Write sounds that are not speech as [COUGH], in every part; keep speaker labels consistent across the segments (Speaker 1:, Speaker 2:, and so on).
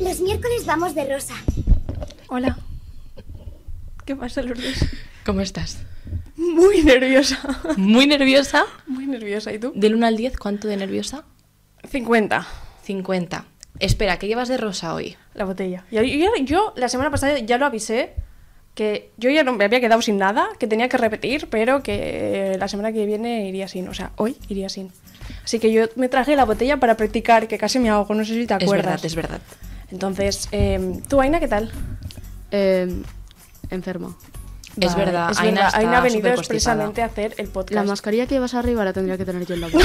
Speaker 1: Los miércoles vamos de rosa.
Speaker 2: Hola. ¿Qué pasa, Lourdes?
Speaker 3: ¿Cómo estás?
Speaker 2: Muy nerviosa.
Speaker 3: Muy nerviosa.
Speaker 2: Muy nerviosa. ¿Y tú?
Speaker 3: Del 1 al 10, ¿cuánto de nerviosa?
Speaker 2: 50.
Speaker 3: 50. Espera, ¿qué llevas de rosa hoy?
Speaker 2: La botella. Y ahí- yo, yo la semana pasada ya lo avisé que yo ya no me había quedado sin nada, que tenía que repetir, pero que la semana que viene iría sin. O sea, hoy iría sin. Así que yo me traje la botella para practicar, que casi me ahogo, no sé si te
Speaker 3: Es
Speaker 2: acuerdas.
Speaker 3: verdad, es verdad.
Speaker 2: Entonces, eh, ¿tú, Aina, qué tal?
Speaker 4: Eh, enfermo.
Speaker 3: es
Speaker 2: Vale,
Speaker 3: verdad,
Speaker 2: es
Speaker 3: Aina
Speaker 2: verdad.
Speaker 3: está
Speaker 2: Aina ha venido
Speaker 3: superconstipada.
Speaker 2: expresamente a hacer el podcast.
Speaker 4: La mascarilla que llevas arriba la tendría que tener yo en la boca.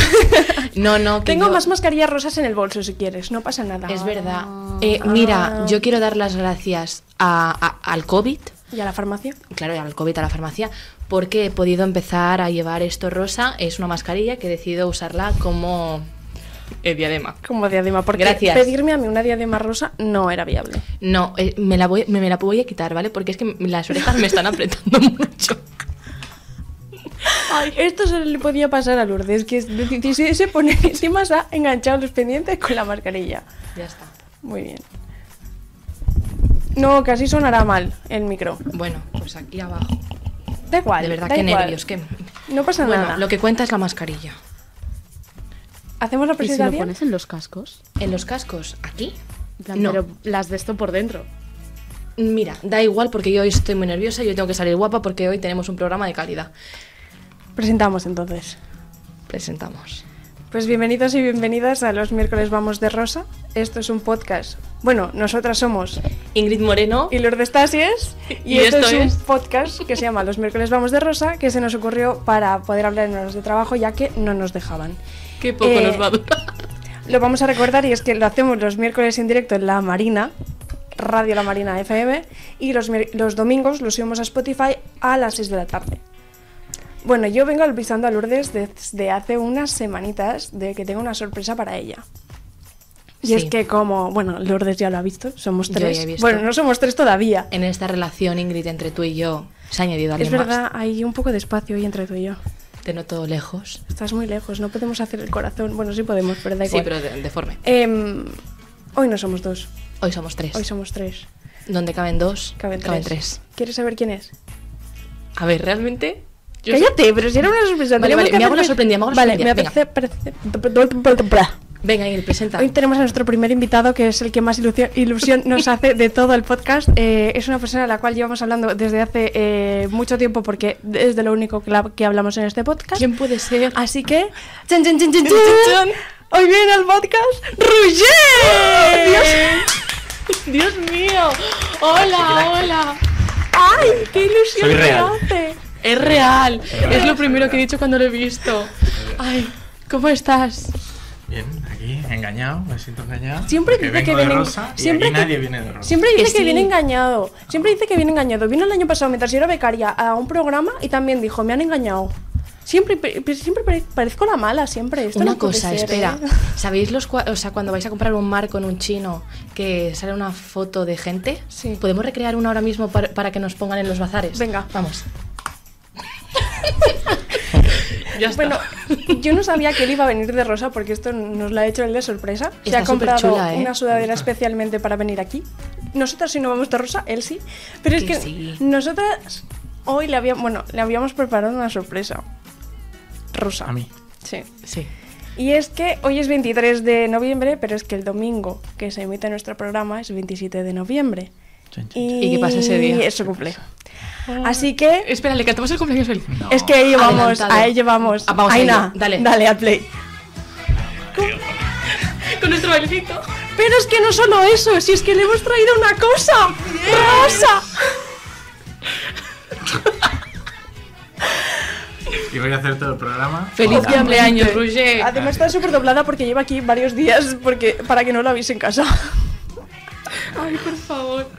Speaker 3: No, no, que
Speaker 2: Tengo
Speaker 3: yo-
Speaker 2: más mascarillas rosas en el bolso si quieres, no pasa nada.
Speaker 3: Es verdad.
Speaker 2: Ah.
Speaker 3: Eh, mira, yo quiero dar las gracias a- a- al COVID,
Speaker 2: ¿Y a la farmacia?
Speaker 3: claro, y al COVID, a la farmacia, porque he podido empezar a llevar esto rosa. Es una mascarilla que he decidido usarla como eh, diadema.
Speaker 2: Como diadema, porque
Speaker 3: Gracias.
Speaker 2: pedirme a mí una diadema rosa no era viable.
Speaker 3: No, eh, me, la voy, me, me la voy a quitar, ¿vale? Porque es que m- las orejas me están apretando [LAUGHS] mucho.
Speaker 2: Esto se le podía pasar a Lourdes, que es- si se pone [LAUGHS] encima se ha enganchado los pendientes con la mascarilla.
Speaker 3: Ya está.
Speaker 2: Muy bien. No, casi sonará mal el micro.
Speaker 3: Bueno, pues aquí abajo.
Speaker 2: Da igual.
Speaker 3: De verdad,
Speaker 2: da
Speaker 3: qué
Speaker 2: igual.
Speaker 3: nervios. Qué...
Speaker 2: No pasa
Speaker 3: Bueno,
Speaker 2: nada.
Speaker 3: lo que cuenta es la mascarilla.
Speaker 2: Hacemos la
Speaker 4: ¿Y si lo
Speaker 2: presentación.
Speaker 4: pones en los cascos?
Speaker 3: ¿En los cascos? ¿Aquí?
Speaker 4: En plan,
Speaker 3: No.
Speaker 4: Pero las de esto por dentro.
Speaker 3: Mira, da igual porque yo hoy estoy muy nerviosa y yo tengo que salir guapa porque hoy tenemos un programa de calidad.
Speaker 2: Presentamos entonces.
Speaker 3: Presentamos.
Speaker 2: Pues bienvenidos y bienvenidas a Los miércoles vamos de rosa. Esto es un podcast. Bueno, nosotras somos
Speaker 3: Ingrid Moreno.
Speaker 2: Y Lourdes Tasies. Y,
Speaker 3: Y
Speaker 2: esto,
Speaker 3: esto
Speaker 2: es,
Speaker 3: es-
Speaker 2: un podcast que se llama Los miércoles vamos de rosa, que se nos ocurrió para poder hablar en horas de trabajo, ya que no nos dejaban.
Speaker 3: Qué poco
Speaker 2: Eh,
Speaker 3: nos va a durar.
Speaker 2: Lo vamos a recordar y es que lo hacemos los miércoles en directo en La Marina, Radio La Marina FM, y los, mier- los domingos los subimos a Spotify a las 6 de la tarde. Bueno, yo vengo avisando a Lourdes desde hace unas semanitas de que tengo una sorpresa para ella. Y es
Speaker 3: Sí.
Speaker 2: que como, bueno, Lourdes ya lo ha visto, somos
Speaker 3: Yo ya he
Speaker 2: tres.
Speaker 3: visto.
Speaker 2: Bueno, no somos tres todavía.
Speaker 3: En esta relación, Ingrid, entre tú y yo, se ha añadido
Speaker 2: Es
Speaker 3: alguien
Speaker 2: verdad, hay un poco de espacio ahí entre tú y yo.
Speaker 3: más. Te noto lejos.
Speaker 2: Estás muy lejos, no podemos hacer el corazón. Bueno, sí podemos, pero da
Speaker 3: Sí,
Speaker 2: igual.
Speaker 3: pero de- deforme.
Speaker 2: Em, hoy no somos dos,
Speaker 3: Hoy somos tres.
Speaker 2: hoy somos tres.
Speaker 3: Donde caben dos,
Speaker 2: Caben tres. ¿Quieres saber quién es?
Speaker 3: A ver, realmente. Yo
Speaker 2: Cállate, pero si era una sorpresa.
Speaker 3: Vale,
Speaker 2: teníamos
Speaker 3: vale,
Speaker 2: que
Speaker 3: me hago
Speaker 2: hacer-
Speaker 3: la sorprendida, me hago la
Speaker 2: Vale,
Speaker 3: sorprendida,
Speaker 2: me apetece-
Speaker 3: sé- Venga, Ingrid, presenta.
Speaker 2: Hoy tenemos a nuestro primer invitado, que es el que más ilucio- ilusión nos hace de todo el podcast. Eh, es una persona a la cual llevamos hablando desde hace eh, mucho tiempo, porque es de lo único que, la- que hablamos en este podcast.
Speaker 3: ¿Quién puede ser?
Speaker 2: Así que. ¡Chan, chan, chan, chan, chan! Hoy viene al podcast Roger. [LAUGHS]
Speaker 3: ¡Dios mío! ¡Hola, hola!
Speaker 2: ¡Ay, qué ilusión
Speaker 5: Soy
Speaker 2: me
Speaker 5: real.
Speaker 2: hace!
Speaker 3: Es real.
Speaker 5: real,
Speaker 3: Es lo primero
Speaker 5: es
Speaker 3: que he
Speaker 5: real.
Speaker 3: dicho cuando lo he visto. Ay, ¿cómo estás?
Speaker 5: Bien, aquí, engañado, me siento engañado.
Speaker 2: Siempre
Speaker 5: porque
Speaker 2: dice que
Speaker 5: vengo de
Speaker 2: viene-
Speaker 5: rosa y
Speaker 2: siempre
Speaker 5: aquí
Speaker 2: que-
Speaker 5: nadie viene de rosa.
Speaker 2: Siempre
Speaker 3: Que
Speaker 2: dice que
Speaker 3: sí.
Speaker 2: viene engañado. Siempre dice que viene engañado. Vino el año pasado mientras yo era becaria a un programa y también dijo, me han engañado. Siempre, pe- pe- siempre pare- parezco la mala, siempre. Esto
Speaker 3: una
Speaker 2: no puede
Speaker 3: cosa,
Speaker 2: ser,
Speaker 3: espera. [LAUGHS]
Speaker 2: ¿eh?
Speaker 3: ¿Sabéis los cua- o sea, cuando vais a comprar un mar con un chino que sale una foto de gente?
Speaker 2: Sí.
Speaker 3: ¿Podemos recrear una ahora mismo para, para que nos pongan en los bazares?
Speaker 2: Venga.
Speaker 3: [LAUGHS] Vamos. ya está.
Speaker 2: Bueno, [LAUGHS] yo no sabía que él iba a venir de rosa porque esto nos lo ha hecho él de sorpresa. Se
Speaker 3: Está
Speaker 2: ha comprado
Speaker 3: superchula, ¿eh?
Speaker 2: una sudadera especialmente para venir aquí. Nosotras sí no vamos de rosa, él sí. Pero es
Speaker 3: Que
Speaker 2: que
Speaker 3: sí.
Speaker 2: nosotras hoy le habíamos, bueno, le habíamos preparado una sorpresa. Rosa.
Speaker 5: A mí.
Speaker 2: Sí.
Speaker 3: sí.
Speaker 2: Y es que hoy es 23 de noviembre, pero es que el domingo que se emite nuestro programa es 27 de noviembre.
Speaker 5: Chan, chan,
Speaker 2: ¿Y,
Speaker 3: ¿Y qué pasa ese día?
Speaker 2: Es su cumple. Así que
Speaker 3: Espera, le cantamos el cumpleaños feliz.
Speaker 5: chan. No.
Speaker 2: es que ahí vamos,
Speaker 3: Adelantado.
Speaker 2: a ahí llevamos.
Speaker 3: Ah, vamos a
Speaker 2: Aina,
Speaker 3: ello, dale.
Speaker 2: dale al play.
Speaker 3: [LAUGHS] Con nuestro bailecito.
Speaker 2: Pero es que no solo eso, si es que le hemos traído una cosa. ¡Rosa!
Speaker 5: Y voy a hacer todo el programa.
Speaker 3: Feliz
Speaker 5: Hola.
Speaker 3: cumpleaños, Roger.
Speaker 2: Además está súper doblada porque lleva aquí varios días porque, para que no la veáis en casa.
Speaker 3: Ay, por favor.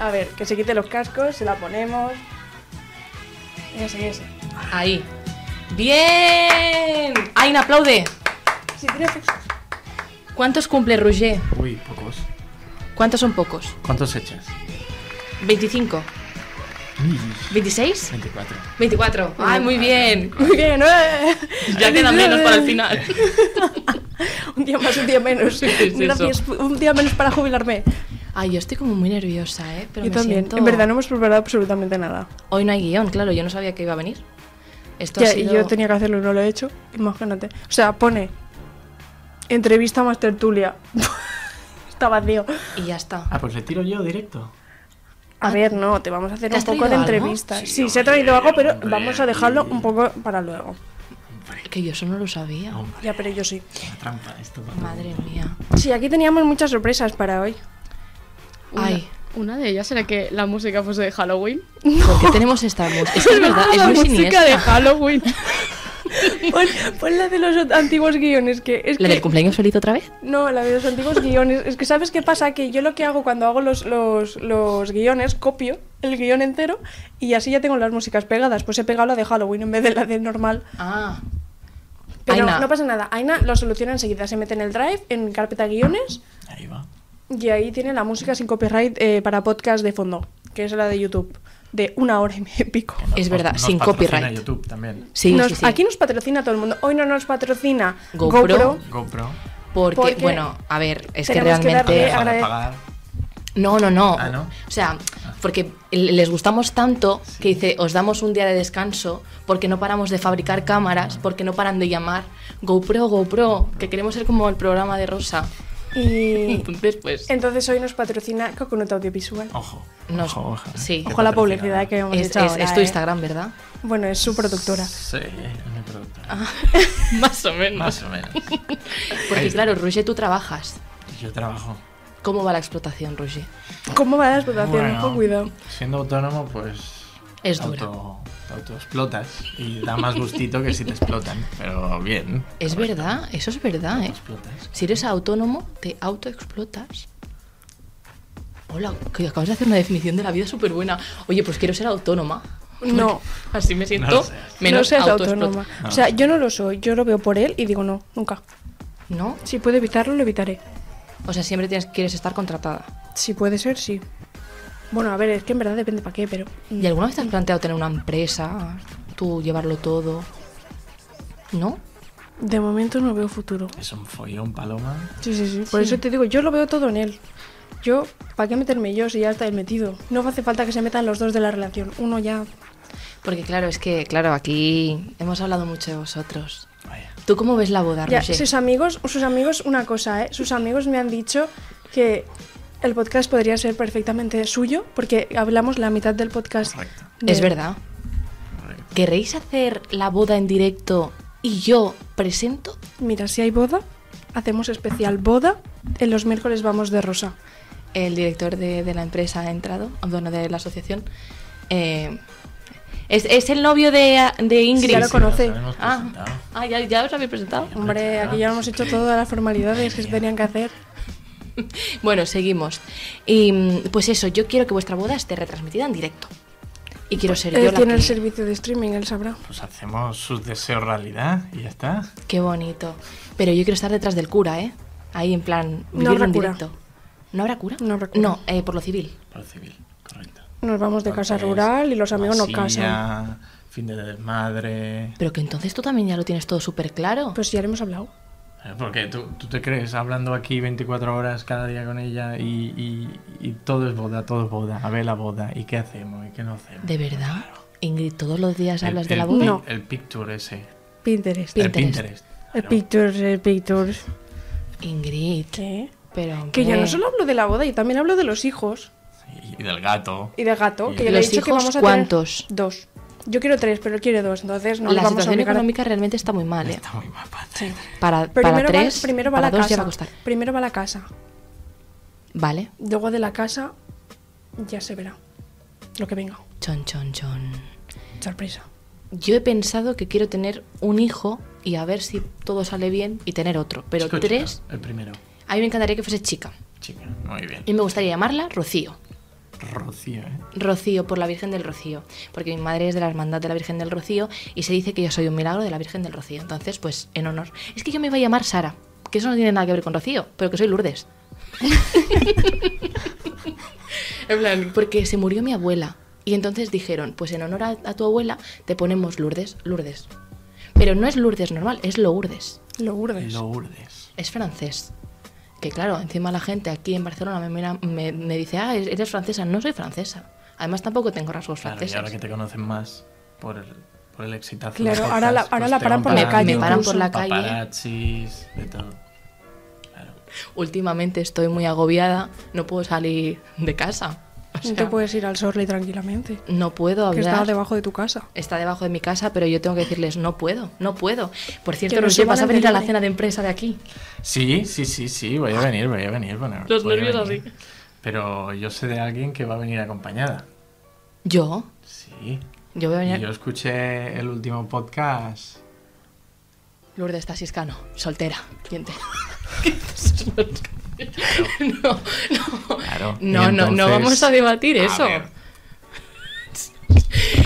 Speaker 2: A ver, que se quite los cascos, se la ponemos. Ese, ese.
Speaker 3: Ahí. Bien. Aina, aplaude.
Speaker 2: Si tiene efecto.
Speaker 3: ¿Cuántos cumple Roger?
Speaker 5: Uy, pocos.
Speaker 3: ¿Cuántos son pocos?
Speaker 5: ¿Cuántos echas?
Speaker 3: 25.
Speaker 5: Uy,
Speaker 3: ¿26?
Speaker 5: 24.
Speaker 3: 24. Ay, muy bien.
Speaker 2: Muy bien, ¿eh?
Speaker 3: Ya queda menos para el final.
Speaker 2: [LAUGHS] Un día más, un día menos.
Speaker 3: Sí, sí,
Speaker 2: un, día
Speaker 3: eso.
Speaker 2: fies- un día menos para jubilarme.
Speaker 3: Ay, yo estoy como muy nerviosa, ¿eh? Pero
Speaker 2: yo
Speaker 3: me
Speaker 2: también.
Speaker 3: siento-
Speaker 2: En verdad no hemos preparado absolutamente nada.
Speaker 3: Hoy no hay guión, claro, yo no sabía que iba a venir. Esto
Speaker 2: Ya,
Speaker 3: ha sido...
Speaker 2: Y yo tenía que hacerlo y no lo he hecho. Imagínate. O sea, pone entrevista más tertulia. [LAUGHS] Está vacío.
Speaker 3: Y ya está.
Speaker 5: Ah, pues le tiro yo directo.
Speaker 2: A ver, no, te vamos a hacer
Speaker 3: ¿Te
Speaker 2: un
Speaker 3: has
Speaker 2: poco de
Speaker 3: traído algo?
Speaker 2: entrevistas.
Speaker 5: Sí,
Speaker 2: Sí, se ha
Speaker 5: hombre,
Speaker 2: traído algo, pero
Speaker 5: hombre,
Speaker 2: vamos a dejarlo
Speaker 5: aquí.
Speaker 2: un poco para luego.
Speaker 3: Que yo eso no lo sabía.
Speaker 5: Hombre,
Speaker 2: Ya, pero yo sí.
Speaker 5: una trampa esto. va.
Speaker 3: Madre mía.
Speaker 2: Sí, aquí teníamos muchas sorpresas para hoy. [LAUGHS]
Speaker 4: Una-
Speaker 3: Ay.
Speaker 4: Una de ellas era que la música fuese de Halloween.
Speaker 3: ¿Por qué tenemos esta música? Es
Speaker 2: [LAUGHS]
Speaker 3: que
Speaker 4: [LAUGHS]
Speaker 3: es verdad, es
Speaker 4: la
Speaker 3: muy
Speaker 4: música
Speaker 3: siniestra.
Speaker 4: de Halloween.
Speaker 2: Pon, pon la de los ot- antiguos guiones, que es
Speaker 3: ¿La
Speaker 2: que-
Speaker 3: del cumpleaños feliz otra vez?
Speaker 2: No, la de los antiguos guiones. Es que sabes qué pasa, que yo lo que hago cuando hago los, los, los guiones, copio el guión entero y así ya tengo las músicas pegadas. Pues he pegado la de Halloween en vez de la de normal.
Speaker 3: Ah.
Speaker 2: Pero
Speaker 3: Aina.
Speaker 2: no pasa nada. Aina lo soluciona enseguida. Se mete en el drive, en carpeta guiones
Speaker 5: Ahí va.
Speaker 2: y ahí tiene la música sin copyright eh, para podcast de fondo, que es la de YouTube, de una hora y media y pico.
Speaker 3: Es verdad,
Speaker 5: Nos
Speaker 3: sin
Speaker 5: patrocina
Speaker 3: copyright.
Speaker 5: YouTube también.
Speaker 3: Sí,
Speaker 2: Nos-
Speaker 3: sí, sí.
Speaker 2: Aquí nos patrocina todo el mundo. Hoy no nos patrocina
Speaker 3: GoPro.
Speaker 2: GoPro.
Speaker 5: GoPro.
Speaker 3: Porque,
Speaker 2: porque
Speaker 3: bueno, a ver, es que
Speaker 2: tenemos que
Speaker 3: realmente...
Speaker 2: darle Eh,
Speaker 5: Dejar de
Speaker 2: agrade-
Speaker 5: pagar.
Speaker 3: No, no, no.
Speaker 5: Ah, ¿no?
Speaker 3: O sea, porque les gustamos tanto que dice, os damos un día de descanso porque no paramos de fabricar cámaras, porque no paran de llamar GoPro, GoPro, que queremos ser como el programa de Rosa. [LAUGHS]
Speaker 2: Y
Speaker 3: Entonces, pues...
Speaker 2: entonces hoy nos patrocina Coconut Audiovisual.
Speaker 5: Ojo.
Speaker 3: Nos-
Speaker 5: ojo, ojo.
Speaker 3: sí.
Speaker 5: Que
Speaker 2: Ojo a la
Speaker 5: patrocina.
Speaker 2: publicidad que hemos
Speaker 3: Es,
Speaker 2: hecho
Speaker 3: es-
Speaker 2: ahora,
Speaker 3: es tu
Speaker 2: ¿eh?
Speaker 3: Instagram, ¿verdad?
Speaker 2: Bueno, es su productora.
Speaker 5: Sí, es mi producto.
Speaker 3: Más o menos.
Speaker 5: Más o
Speaker 2: [LAUGHS]
Speaker 5: menos.
Speaker 3: Porque claro, Roger, tú trabajas.
Speaker 5: Yo trabajo.
Speaker 3: ¿Cómo va la explotación, Roger?
Speaker 2: ¿Cómo va la explotación?
Speaker 5: Bueno,
Speaker 2: Ojo, cuidado.
Speaker 5: Siendo autónomo, pues.
Speaker 3: Es
Speaker 5: te
Speaker 3: dura.
Speaker 5: auto- te autoexplotas y da más gustito que si te explotan. Pero bien.
Speaker 2: Eh.
Speaker 3: Es verdad, eso es verdad, ¿eh?
Speaker 5: Explotas.
Speaker 3: Si eres autónomo, te autoexplotas. Hola, que acabas de hacer una definición de la vida súper buena. Oye, pues quiero ser autónoma.
Speaker 2: No,
Speaker 3: Así me siento
Speaker 5: No lo seas.
Speaker 3: menos
Speaker 2: no seas
Speaker 3: autoexplot-
Speaker 2: autónoma.
Speaker 5: No.
Speaker 2: O sea, yo no lo soy, yo lo veo por él y digo no, nunca.
Speaker 3: ¿No?
Speaker 2: Si puedo evitarlo, lo evitaré.
Speaker 3: O sea, siempre tienes, quieres estar contratada.
Speaker 2: Si puede ser, sí. Bueno, a ver, es que en verdad depende para qué, pero... mm,
Speaker 3: ¿Y alguna vez te has planteado tener una empresa? Tú llevarlo todo. ¿No?
Speaker 2: De momento no veo futuro.
Speaker 5: Es un follón, paloma.
Speaker 2: Sí, sí, sí. Por
Speaker 3: Sí.
Speaker 2: eso te digo, yo lo veo todo en él. Yo, ¿para qué meterme yo si ya está él metido? No hace falta que se metan los dos de la relación. Uno ya...
Speaker 3: Porque claro, es que, claro, aquí hemos hablado mucho de vosotros.
Speaker 5: Vaya.
Speaker 3: ¿Tú cómo ves la boda,
Speaker 2: Ya,
Speaker 3: Roger?
Speaker 2: sus amigos, sus amigos, una cosa, ¿eh? Sus amigos me han dicho que el podcast podría ser perfectamente suyo porque hablamos la mitad del podcast.
Speaker 5: Correcto.
Speaker 2: de-
Speaker 3: Es verdad.
Speaker 5: correcto.
Speaker 3: ¿Queréis hacer la boda en directo y yo presento?
Speaker 2: Mira, si hay boda, hacemos especial boda. En los miércoles vamos de rosa.
Speaker 3: El director de, de la empresa ha entrado, bueno, de la asociación. eh, es, es el novio de, de Ingrid.
Speaker 2: ya lo conozco. conoce.
Speaker 5: nos hemos
Speaker 3: Ah,
Speaker 5: presentado.
Speaker 3: ah, ya, ya os habéis presentado.
Speaker 2: Hombre, aquí ya hemos hecho todas las formalidades que se tenían que hacer.
Speaker 3: Bueno, seguimos. Y mm, pues eso, yo quiero que vuestra boda esté retransmitida en directo. Y quiero ser yo
Speaker 2: Él
Speaker 3: la
Speaker 2: Eh, tiene el
Speaker 3: que-
Speaker 2: servicio de streaming, él sabrá.
Speaker 5: Pues hacemos sus deseos realidad y ya está.
Speaker 3: Qué bonito. Pero yo quiero estar detrás del cura, ¿eh? Ahí en plan,
Speaker 2: No
Speaker 3: vivirlo
Speaker 2: habrá
Speaker 3: en
Speaker 2: cura.
Speaker 3: directo. ¿No habrá cura?
Speaker 2: No habrá cura.
Speaker 3: No, eh, por lo civil.
Speaker 5: Por civil, correcto.
Speaker 2: Nos vamos de casa
Speaker 5: Entonces,
Speaker 2: rural y los amigos nos
Speaker 5: masilla,
Speaker 2: casan.
Speaker 5: Fin de desmadre.
Speaker 3: Pero que entonces tú también ya lo tienes todo súper claro.
Speaker 2: Pues ya le hemos hablado.
Speaker 5: Eh, Porque tú, tú te crees hablando aquí 24 horas cada día con ella y, y- y todo es boda, todo es boda. A ver la boda y qué hacemos y qué no hacemos.
Speaker 3: ¿De verdad? Ingrid, ¿todos los días
Speaker 5: El-
Speaker 3: hablas
Speaker 5: el
Speaker 3: de la
Speaker 5: pi-
Speaker 3: boda?
Speaker 2: No.
Speaker 5: El picture ese.
Speaker 2: Pinterest.
Speaker 5: El
Speaker 3: Pinterest.
Speaker 5: Pinterest.
Speaker 2: El
Speaker 5: Claro.
Speaker 2: Pictures, el Pictures.
Speaker 3: Ingrid,
Speaker 2: ¿Qué?
Speaker 3: pero...
Speaker 2: Que yo no
Speaker 3: hombre,
Speaker 2: solo hablo de la boda, yo también hablo de los hijos
Speaker 5: Y, y del gato.
Speaker 2: y del gato.
Speaker 5: ¿Y
Speaker 2: Que yo le he
Speaker 3: los
Speaker 2: dicho que
Speaker 3: hijos
Speaker 2: vamos a
Speaker 3: cuántos?
Speaker 2: tener dos. Yo quiero tres, pero él quiere dos, entonces no nos
Speaker 3: la
Speaker 2: vamos a
Speaker 3: situación
Speaker 2: obligar. a-
Speaker 3: económica realmente está muy mal, ¿eh?
Speaker 5: Está muy guapa.
Speaker 3: Para,
Speaker 2: Primero
Speaker 3: para
Speaker 2: va-
Speaker 3: tres,
Speaker 2: primero va
Speaker 3: para
Speaker 2: la
Speaker 3: dos
Speaker 2: casa.
Speaker 3: ya va a costar.
Speaker 2: Primero va la casa.
Speaker 3: Vale.
Speaker 2: Luego de la casa ya se verá lo que venga.
Speaker 3: Chon, chon, chon.
Speaker 2: Sorpresa.
Speaker 3: Yo he pensado que quiero tener un hijo y a ver si todo sale bien y tener otro. Pero
Speaker 5: Chico, chica,
Speaker 3: tres,
Speaker 5: el primero.
Speaker 3: a mí me encantaría que fuese chica.
Speaker 5: Chica, muy bien.
Speaker 3: Y me gustaría llamarla Rocío.
Speaker 5: Rocío, ¿eh?
Speaker 3: Rocío, por la Virgen del Rocío. Porque mi madre es de la Hermandad de la Virgen del Rocío y se dice que yo soy un milagro de la Virgen del Rocío. Entonces, pues, en honor. Es que yo me iba a llamar Sara, que eso no tiene nada que ver con Rocío, pero que soy Lourdes. En plan, porque se murió mi abuela. Y entonces dijeron, pues en honor a, a tu abuela te ponemos Lourdes, Lourdes. Pero no es Lourdes normal, es Lourdes.
Speaker 2: Lourdes.
Speaker 5: Lourdes.
Speaker 3: Es francés. que claro, encima la gente aquí en Barcelona me, mira, me, me dice, ah, eres francesa. No soy francesa. Además tampoco tengo rasgos
Speaker 5: Claro, y
Speaker 3: franceses.
Speaker 5: ahora que te conocen más por el, por el exitazo. del
Speaker 2: Claro, ahora la-
Speaker 5: podcast,
Speaker 2: ahora
Speaker 5: pues
Speaker 2: la
Speaker 5: te
Speaker 2: paran
Speaker 5: van
Speaker 2: por la
Speaker 5: parando,
Speaker 2: calle Me paran
Speaker 3: incluso. por la calle.
Speaker 5: Paparazzis, de todo. Claro.
Speaker 3: Últimamente estoy muy agobiada, no puedo salir de casa. O
Speaker 2: No
Speaker 3: sea,
Speaker 2: te puedes ir al Sorley tranquilamente.
Speaker 3: no puedo
Speaker 2: Que está
Speaker 3: hablar.
Speaker 2: debajo de tu casa.
Speaker 3: está debajo de mi casa, pero yo tengo que decirles, no puedo, no puedo. Por cierto,
Speaker 2: Que nos
Speaker 3: Roger,
Speaker 2: llevan
Speaker 3: vas a
Speaker 2: al
Speaker 3: venir a la
Speaker 2: delivery.
Speaker 3: cena de empresa de aquí.
Speaker 5: Sí, sí, sí, sí, voy a
Speaker 2: Ah.
Speaker 5: venir, voy a venir. bueno,
Speaker 3: Los
Speaker 5: voy a
Speaker 3: nervios
Speaker 5: venir. Pero yo sé de alguien que va a venir acompañada.
Speaker 3: Yo,
Speaker 5: Sí.
Speaker 3: yo voy a
Speaker 5: Y
Speaker 3: venir.
Speaker 5: yo escuché el último podcast.
Speaker 3: Lourdes Tasiscano, soltera, cliente. ¿Qué dices, Lourdes? No, no,
Speaker 5: Claro. y
Speaker 3: no, no, no
Speaker 5: entonces-
Speaker 3: vamos a debatir
Speaker 5: A
Speaker 3: eso. [LAUGHS]
Speaker 5: ver.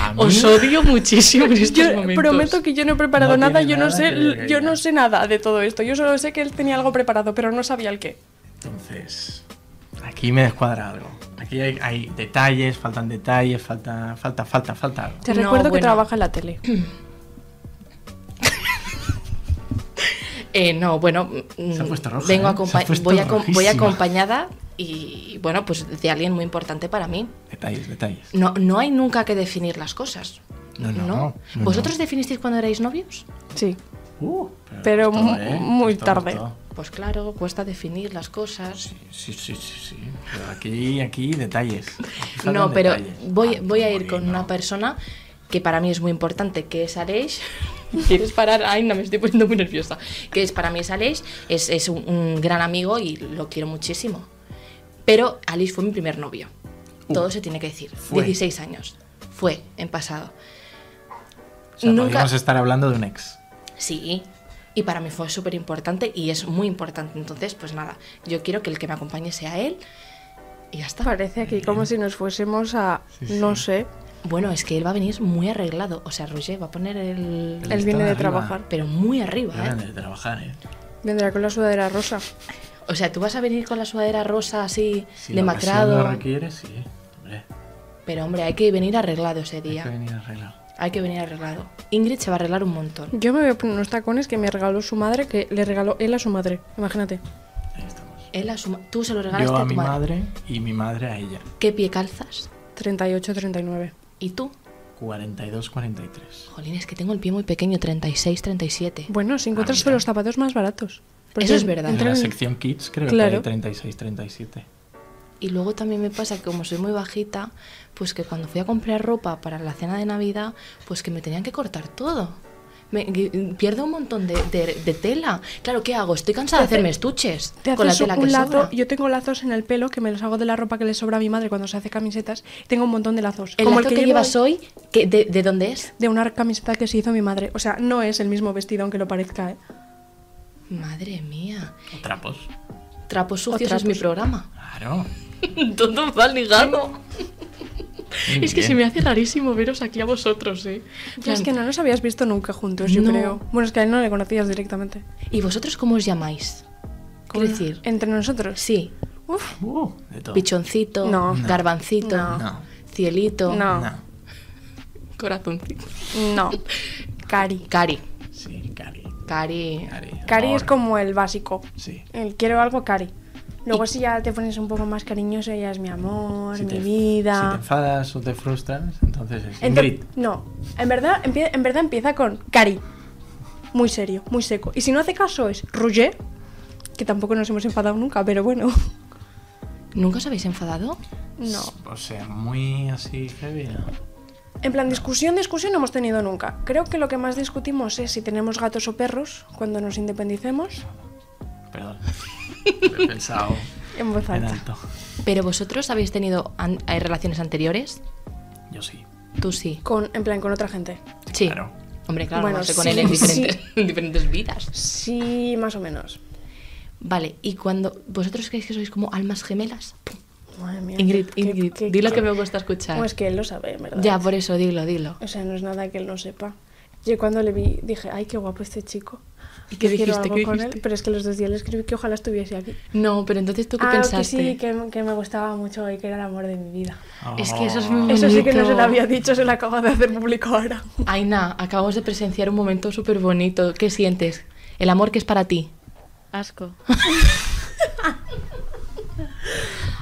Speaker 5: A mí-
Speaker 3: Os odio muchísimo en
Speaker 2: [LAUGHS]
Speaker 3: estos
Speaker 2: Yo
Speaker 3: momentos.
Speaker 2: prometo que yo no he preparado
Speaker 5: No
Speaker 2: nada,
Speaker 5: tiene
Speaker 2: yo no
Speaker 5: nada
Speaker 2: sé,
Speaker 5: que ver,
Speaker 2: yo
Speaker 5: ya.
Speaker 2: no sé nada de todo esto. Yo solo sé que él tenía algo preparado, pero no sabía el qué.
Speaker 5: Entonces, aquí me descuadra algo. Aquí hay, hay detalles, faltan detalles, falta, falta, falta, falta algo.
Speaker 2: Te
Speaker 3: No,
Speaker 2: recuerdo que
Speaker 3: bueno.
Speaker 2: trabaja en la tele.
Speaker 3: Eh, no, bueno, mm,
Speaker 5: Se ha puesto roja,
Speaker 3: vengo
Speaker 5: ¿eh?
Speaker 3: acompa-
Speaker 5: Se ha puesto
Speaker 3: voy, acom- voy
Speaker 5: rojísima.
Speaker 3: acompañada y bueno, pues de alguien muy importante para mí.
Speaker 5: Detalles, detalles.
Speaker 3: No, no hay nunca que definir las cosas.
Speaker 5: No, no, no, no.
Speaker 3: ¿Vosotros definisteis cuando erais novios?
Speaker 2: Sí.
Speaker 5: Uh, eh,
Speaker 2: Pero
Speaker 5: costó,
Speaker 2: mu- muy
Speaker 5: Costó,
Speaker 2: tarde.
Speaker 5: costó.
Speaker 3: Pues claro, cuesta definir las cosas.
Speaker 5: Sí, sí, sí, sí. sí. Pero aquí, aquí detalles. Aquí faltan
Speaker 3: No, pero
Speaker 5: detalles.
Speaker 3: voy,
Speaker 5: Ah,
Speaker 3: voy a ir
Speaker 5: morir,
Speaker 3: con
Speaker 5: no.
Speaker 3: una persona que para mí es muy importante, que es
Speaker 5: [LAUGHS]
Speaker 3: Aleix. ¿Quieres parar? Ay, no, me estoy poniendo muy nerviosa. Que es para mí es Aleix, es, es un, un gran amigo y lo quiero muchísimo. Pero Aleix fue mi primer novio.
Speaker 5: Uh.
Speaker 3: Todo se tiene que decir.
Speaker 5: Fue.
Speaker 3: 16 años. Fue, en pasado.
Speaker 5: O sea,
Speaker 3: nunca-
Speaker 5: podríamos estar hablando de un ex.
Speaker 3: Sí. Y para mí fue súper importante y es muy importante. Entonces, pues nada, yo quiero que el que me acompañe sea él y ya está.
Speaker 2: Parece aquí como si nos fuésemos a,
Speaker 5: Sí, sí.
Speaker 2: no sé,
Speaker 3: Bueno, es que él va a venir muy arreglado. O sea, Roger va a poner el.
Speaker 5: El
Speaker 2: él viene de
Speaker 5: arriba.
Speaker 2: trabajar.
Speaker 3: Pero muy
Speaker 5: Yo
Speaker 3: arriba,
Speaker 5: ganas
Speaker 3: ¿eh?
Speaker 5: de trabajar, ¿eh?
Speaker 2: Vendrá con la sudadera rosa.
Speaker 3: O sea, tú vas a venir con la sudadera rosa así,
Speaker 5: Si la ocasión lo
Speaker 3: demacrado.
Speaker 5: requiere, sí. Hombre,
Speaker 3: Pero hombre, hay que venir arreglado ese
Speaker 5: hay que
Speaker 3: día.
Speaker 5: venir arreglado.
Speaker 3: Hay que venir arreglado. Ingrid se va a arreglar un montón.
Speaker 2: Yo me voy a poner unos tacones que me regaló su madre, que le regaló él a su madre. Imagínate.
Speaker 5: Ahí estamos.
Speaker 3: Él a su ma- Tú se lo regalaste
Speaker 5: Yo
Speaker 3: a,
Speaker 5: a
Speaker 3: tu
Speaker 5: mi
Speaker 3: madre.
Speaker 5: madre y mi madre a ella.
Speaker 3: ¿Qué pie calzas?
Speaker 2: 38, 39.
Speaker 3: ¿Y tú?
Speaker 5: 42-43.
Speaker 3: Jolín, es que tengo el pie muy pequeño, 36, 37.
Speaker 2: Bueno, si encuentras
Speaker 5: mira.
Speaker 2: pero los zapatos más baratos.
Speaker 3: Ah, Eso es verdad.
Speaker 5: En
Speaker 2: entra
Speaker 5: la
Speaker 2: en-
Speaker 5: sección kids creo
Speaker 2: Claro.
Speaker 5: que hay 36-37.
Speaker 3: Y luego también me pasa que como soy muy bajita, pues que cuando fui a comprar ropa para la cena de Navidad, pues que me tenían que cortar todo. Me, que- pierdo un montón de, de- de tela. Claro, ¿qué hago? Estoy cansada de hacerme estuches
Speaker 2: Te
Speaker 3: con la
Speaker 2: haces
Speaker 3: tela que
Speaker 2: un lazo.
Speaker 3: sobra.
Speaker 2: Yo tengo lazos en el pelo que me los hago de la ropa que le sobra a mi madre cuando se hace camisetas. Tengo un montón de lazos.
Speaker 3: El lazo que,
Speaker 2: llevo
Speaker 3: llevas hoy, que, de, de dónde es?
Speaker 2: De una camiseta que se hizo mi madre. O sea, no es el mismo vestido, aunque lo parezca. ¿eh?
Speaker 3: Madre mía.
Speaker 5: O Trapos.
Speaker 3: Trapos sucios
Speaker 2: trapos.
Speaker 3: es mi programa.
Speaker 5: pues, Claro.
Speaker 3: Todo va ligado.
Speaker 5: Muy
Speaker 4: Es que
Speaker 5: bien.
Speaker 4: se me hace rarísimo veros aquí a vosotros, ¿eh?
Speaker 2: Ya es que no nos habías visto nunca juntos, yo
Speaker 3: No.
Speaker 2: creo. Bueno, es que a él no le conocías directamente.
Speaker 3: ¿Y vosotros cómo os llamáis? Quiero decir,
Speaker 2: Entre nosotros.
Speaker 3: sí,
Speaker 2: Uf,
Speaker 5: Uh, de todo.
Speaker 3: pichoncito,
Speaker 2: No. No.
Speaker 3: garbancito,
Speaker 2: No.
Speaker 5: No.
Speaker 3: cielito,
Speaker 2: No.
Speaker 5: No.
Speaker 3: corazoncito. [LAUGHS]
Speaker 2: no. Cari.
Speaker 3: Cari.
Speaker 5: Sí, Cari.
Speaker 3: Cari.
Speaker 5: Cari,
Speaker 2: Cari es
Speaker 5: amor.
Speaker 2: como el básico.
Speaker 5: Sí.
Speaker 2: El quiero algo cari. Luego si ya te pones un poco más cariñoso, ya es mi amor,
Speaker 5: Si
Speaker 2: mi
Speaker 5: te- Si te
Speaker 2: vida.
Speaker 5: enfadas o te frustras, entonces es
Speaker 2: Ento-
Speaker 5: Ingrid.
Speaker 2: no, en verdad, empie- en verdad empieza con cari. Muy serio, muy seco. Y si no hace caso es Roger, que tampoco nos hemos enfadado nunca, pero bueno. [LAUGHS]
Speaker 3: ¿Nunca os habéis enfadado?
Speaker 2: No.
Speaker 5: O sea, muy así heavy, ¿no?
Speaker 2: En plan, discusión, discusión no hemos tenido nunca. Creo que lo que más discutimos es si tenemos gatos o perros cuando nos independicemos. [LAUGHS]
Speaker 5: Perdón. Lo he pensado
Speaker 2: En voz
Speaker 5: en
Speaker 2: alta.
Speaker 5: alto.
Speaker 3: ¿Pero vosotros habéis tenido an- eh, relaciones anteriores?
Speaker 5: Yo sí.
Speaker 3: Tú sí.
Speaker 2: Con, en plan, con otra gente.
Speaker 3: Sí.
Speaker 5: claro.
Speaker 3: Hombre, claro,
Speaker 2: Bueno,
Speaker 3: no sé, con
Speaker 2: sí,
Speaker 3: él en
Speaker 2: sí.
Speaker 3: diferentes, [LAUGHS] en diferentes vidas.
Speaker 2: Sí, más o menos.
Speaker 3: Vale, y cuando vosotros creéis que sois como almas gemelas,
Speaker 2: Madre mía.
Speaker 3: Ingrid,
Speaker 2: qué-
Speaker 3: Ingrid,
Speaker 2: qué-
Speaker 3: di lo que me gusta escuchar.
Speaker 2: Pues que él lo sabe, en ¿verdad?
Speaker 3: ya, por eso, dilo, dilo.
Speaker 2: O sea, no es nada que él no sepa. Yo cuando le vi dije, ay, qué guapo este chico.
Speaker 3: ¿Y qué
Speaker 2: Yo quiero
Speaker 3: dijiste?
Speaker 2: algo
Speaker 3: ¿Qué
Speaker 2: con
Speaker 3: dijiste?
Speaker 2: él, pero es que los dos días le escribí que ojalá estuviese aquí.
Speaker 3: No, pero entonces tú qué
Speaker 2: ah,
Speaker 3: pensaste.
Speaker 2: que sí, que, que me gustaba mucho y que era el amor de mi vida.
Speaker 3: Es que eso
Speaker 5: Oh,
Speaker 3: es muy
Speaker 2: Eso sí que no se lo
Speaker 3: bonito.
Speaker 2: había dicho, se lo acaba de hacer público ahora.
Speaker 3: Aina, acabamos de presenciar un momento súper bonito. ¿Qué sientes? El amor que es para ti.
Speaker 4: Asco.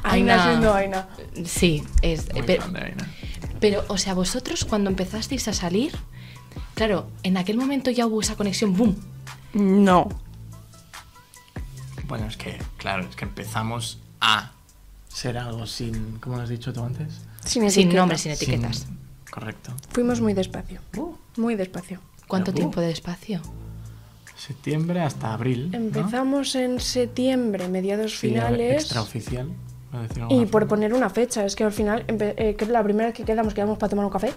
Speaker 2: Aina siendo Aina.
Speaker 3: Sí, es,
Speaker 2: Eh,
Speaker 5: Muy
Speaker 3: pero,
Speaker 5: fan de Aina.
Speaker 3: pero, o sea, vosotros cuando empezasteis a salir, claro, en aquel momento ya hubo esa conexión, boom.
Speaker 2: No.
Speaker 5: Bueno, es que, claro, es que empezamos a ser algo sin. ¿Cómo lo has dicho tú antes?
Speaker 2: Sin,
Speaker 3: Sin
Speaker 2: etiqueta.
Speaker 3: nombre, sin etiquetas.
Speaker 5: Sin- Correcto.
Speaker 2: Fuimos muy despacio.
Speaker 3: Uh.
Speaker 2: Muy despacio.
Speaker 3: ¿Cuánto
Speaker 5: Uh.
Speaker 3: tiempo de espacio?
Speaker 5: Septiembre hasta
Speaker 3: Ah.
Speaker 5: abril. ¿no?
Speaker 2: Empezamos en septiembre, mediados
Speaker 5: Sí,
Speaker 2: finales.
Speaker 5: Extraoficial. por decirlo de
Speaker 2: Y
Speaker 5: alguna
Speaker 2: por
Speaker 5: forma.
Speaker 2: poner una fecha, es que al final, empe- eh, que la primera vez que quedamos, quedamos para tomar un café.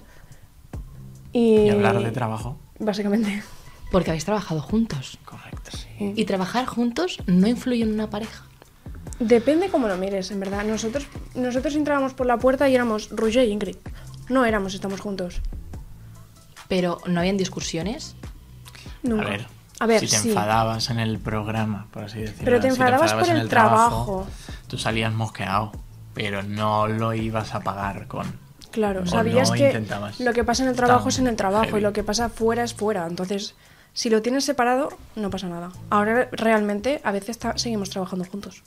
Speaker 2: Y,
Speaker 5: Y hablar de trabajo.
Speaker 2: Básicamente.
Speaker 3: Porque habéis trabajado juntos.
Speaker 5: Correcto, sí.
Speaker 3: Y trabajar juntos no influye en una pareja.
Speaker 2: Depende cómo lo mires, en verdad. Nosotros, nosotros entrábamos por la puerta y éramos Roger y Ingrid. No éramos, estamos juntos.
Speaker 3: Pero no habían discusiones.
Speaker 2: Nunca.
Speaker 5: A ver,
Speaker 2: A ver,
Speaker 5: si te
Speaker 2: sí.
Speaker 5: enfadabas en el programa, por así decirlo.
Speaker 2: Pero te
Speaker 5: si
Speaker 2: enfadabas por
Speaker 5: en
Speaker 2: el trabajo.
Speaker 5: Tú salías mosqueado, pero no lo ibas a pagar con.
Speaker 2: Claro,
Speaker 5: O
Speaker 2: sabías
Speaker 5: no
Speaker 2: que
Speaker 5: intentabas.
Speaker 2: lo que pasa en el trabajo
Speaker 5: Tan
Speaker 2: es en el trabajo
Speaker 5: heavy.
Speaker 2: y lo que pasa fuera es fuera. Entonces, si lo tienes separado, no pasa nada. Ahora realmente a veces ta- seguimos trabajando juntos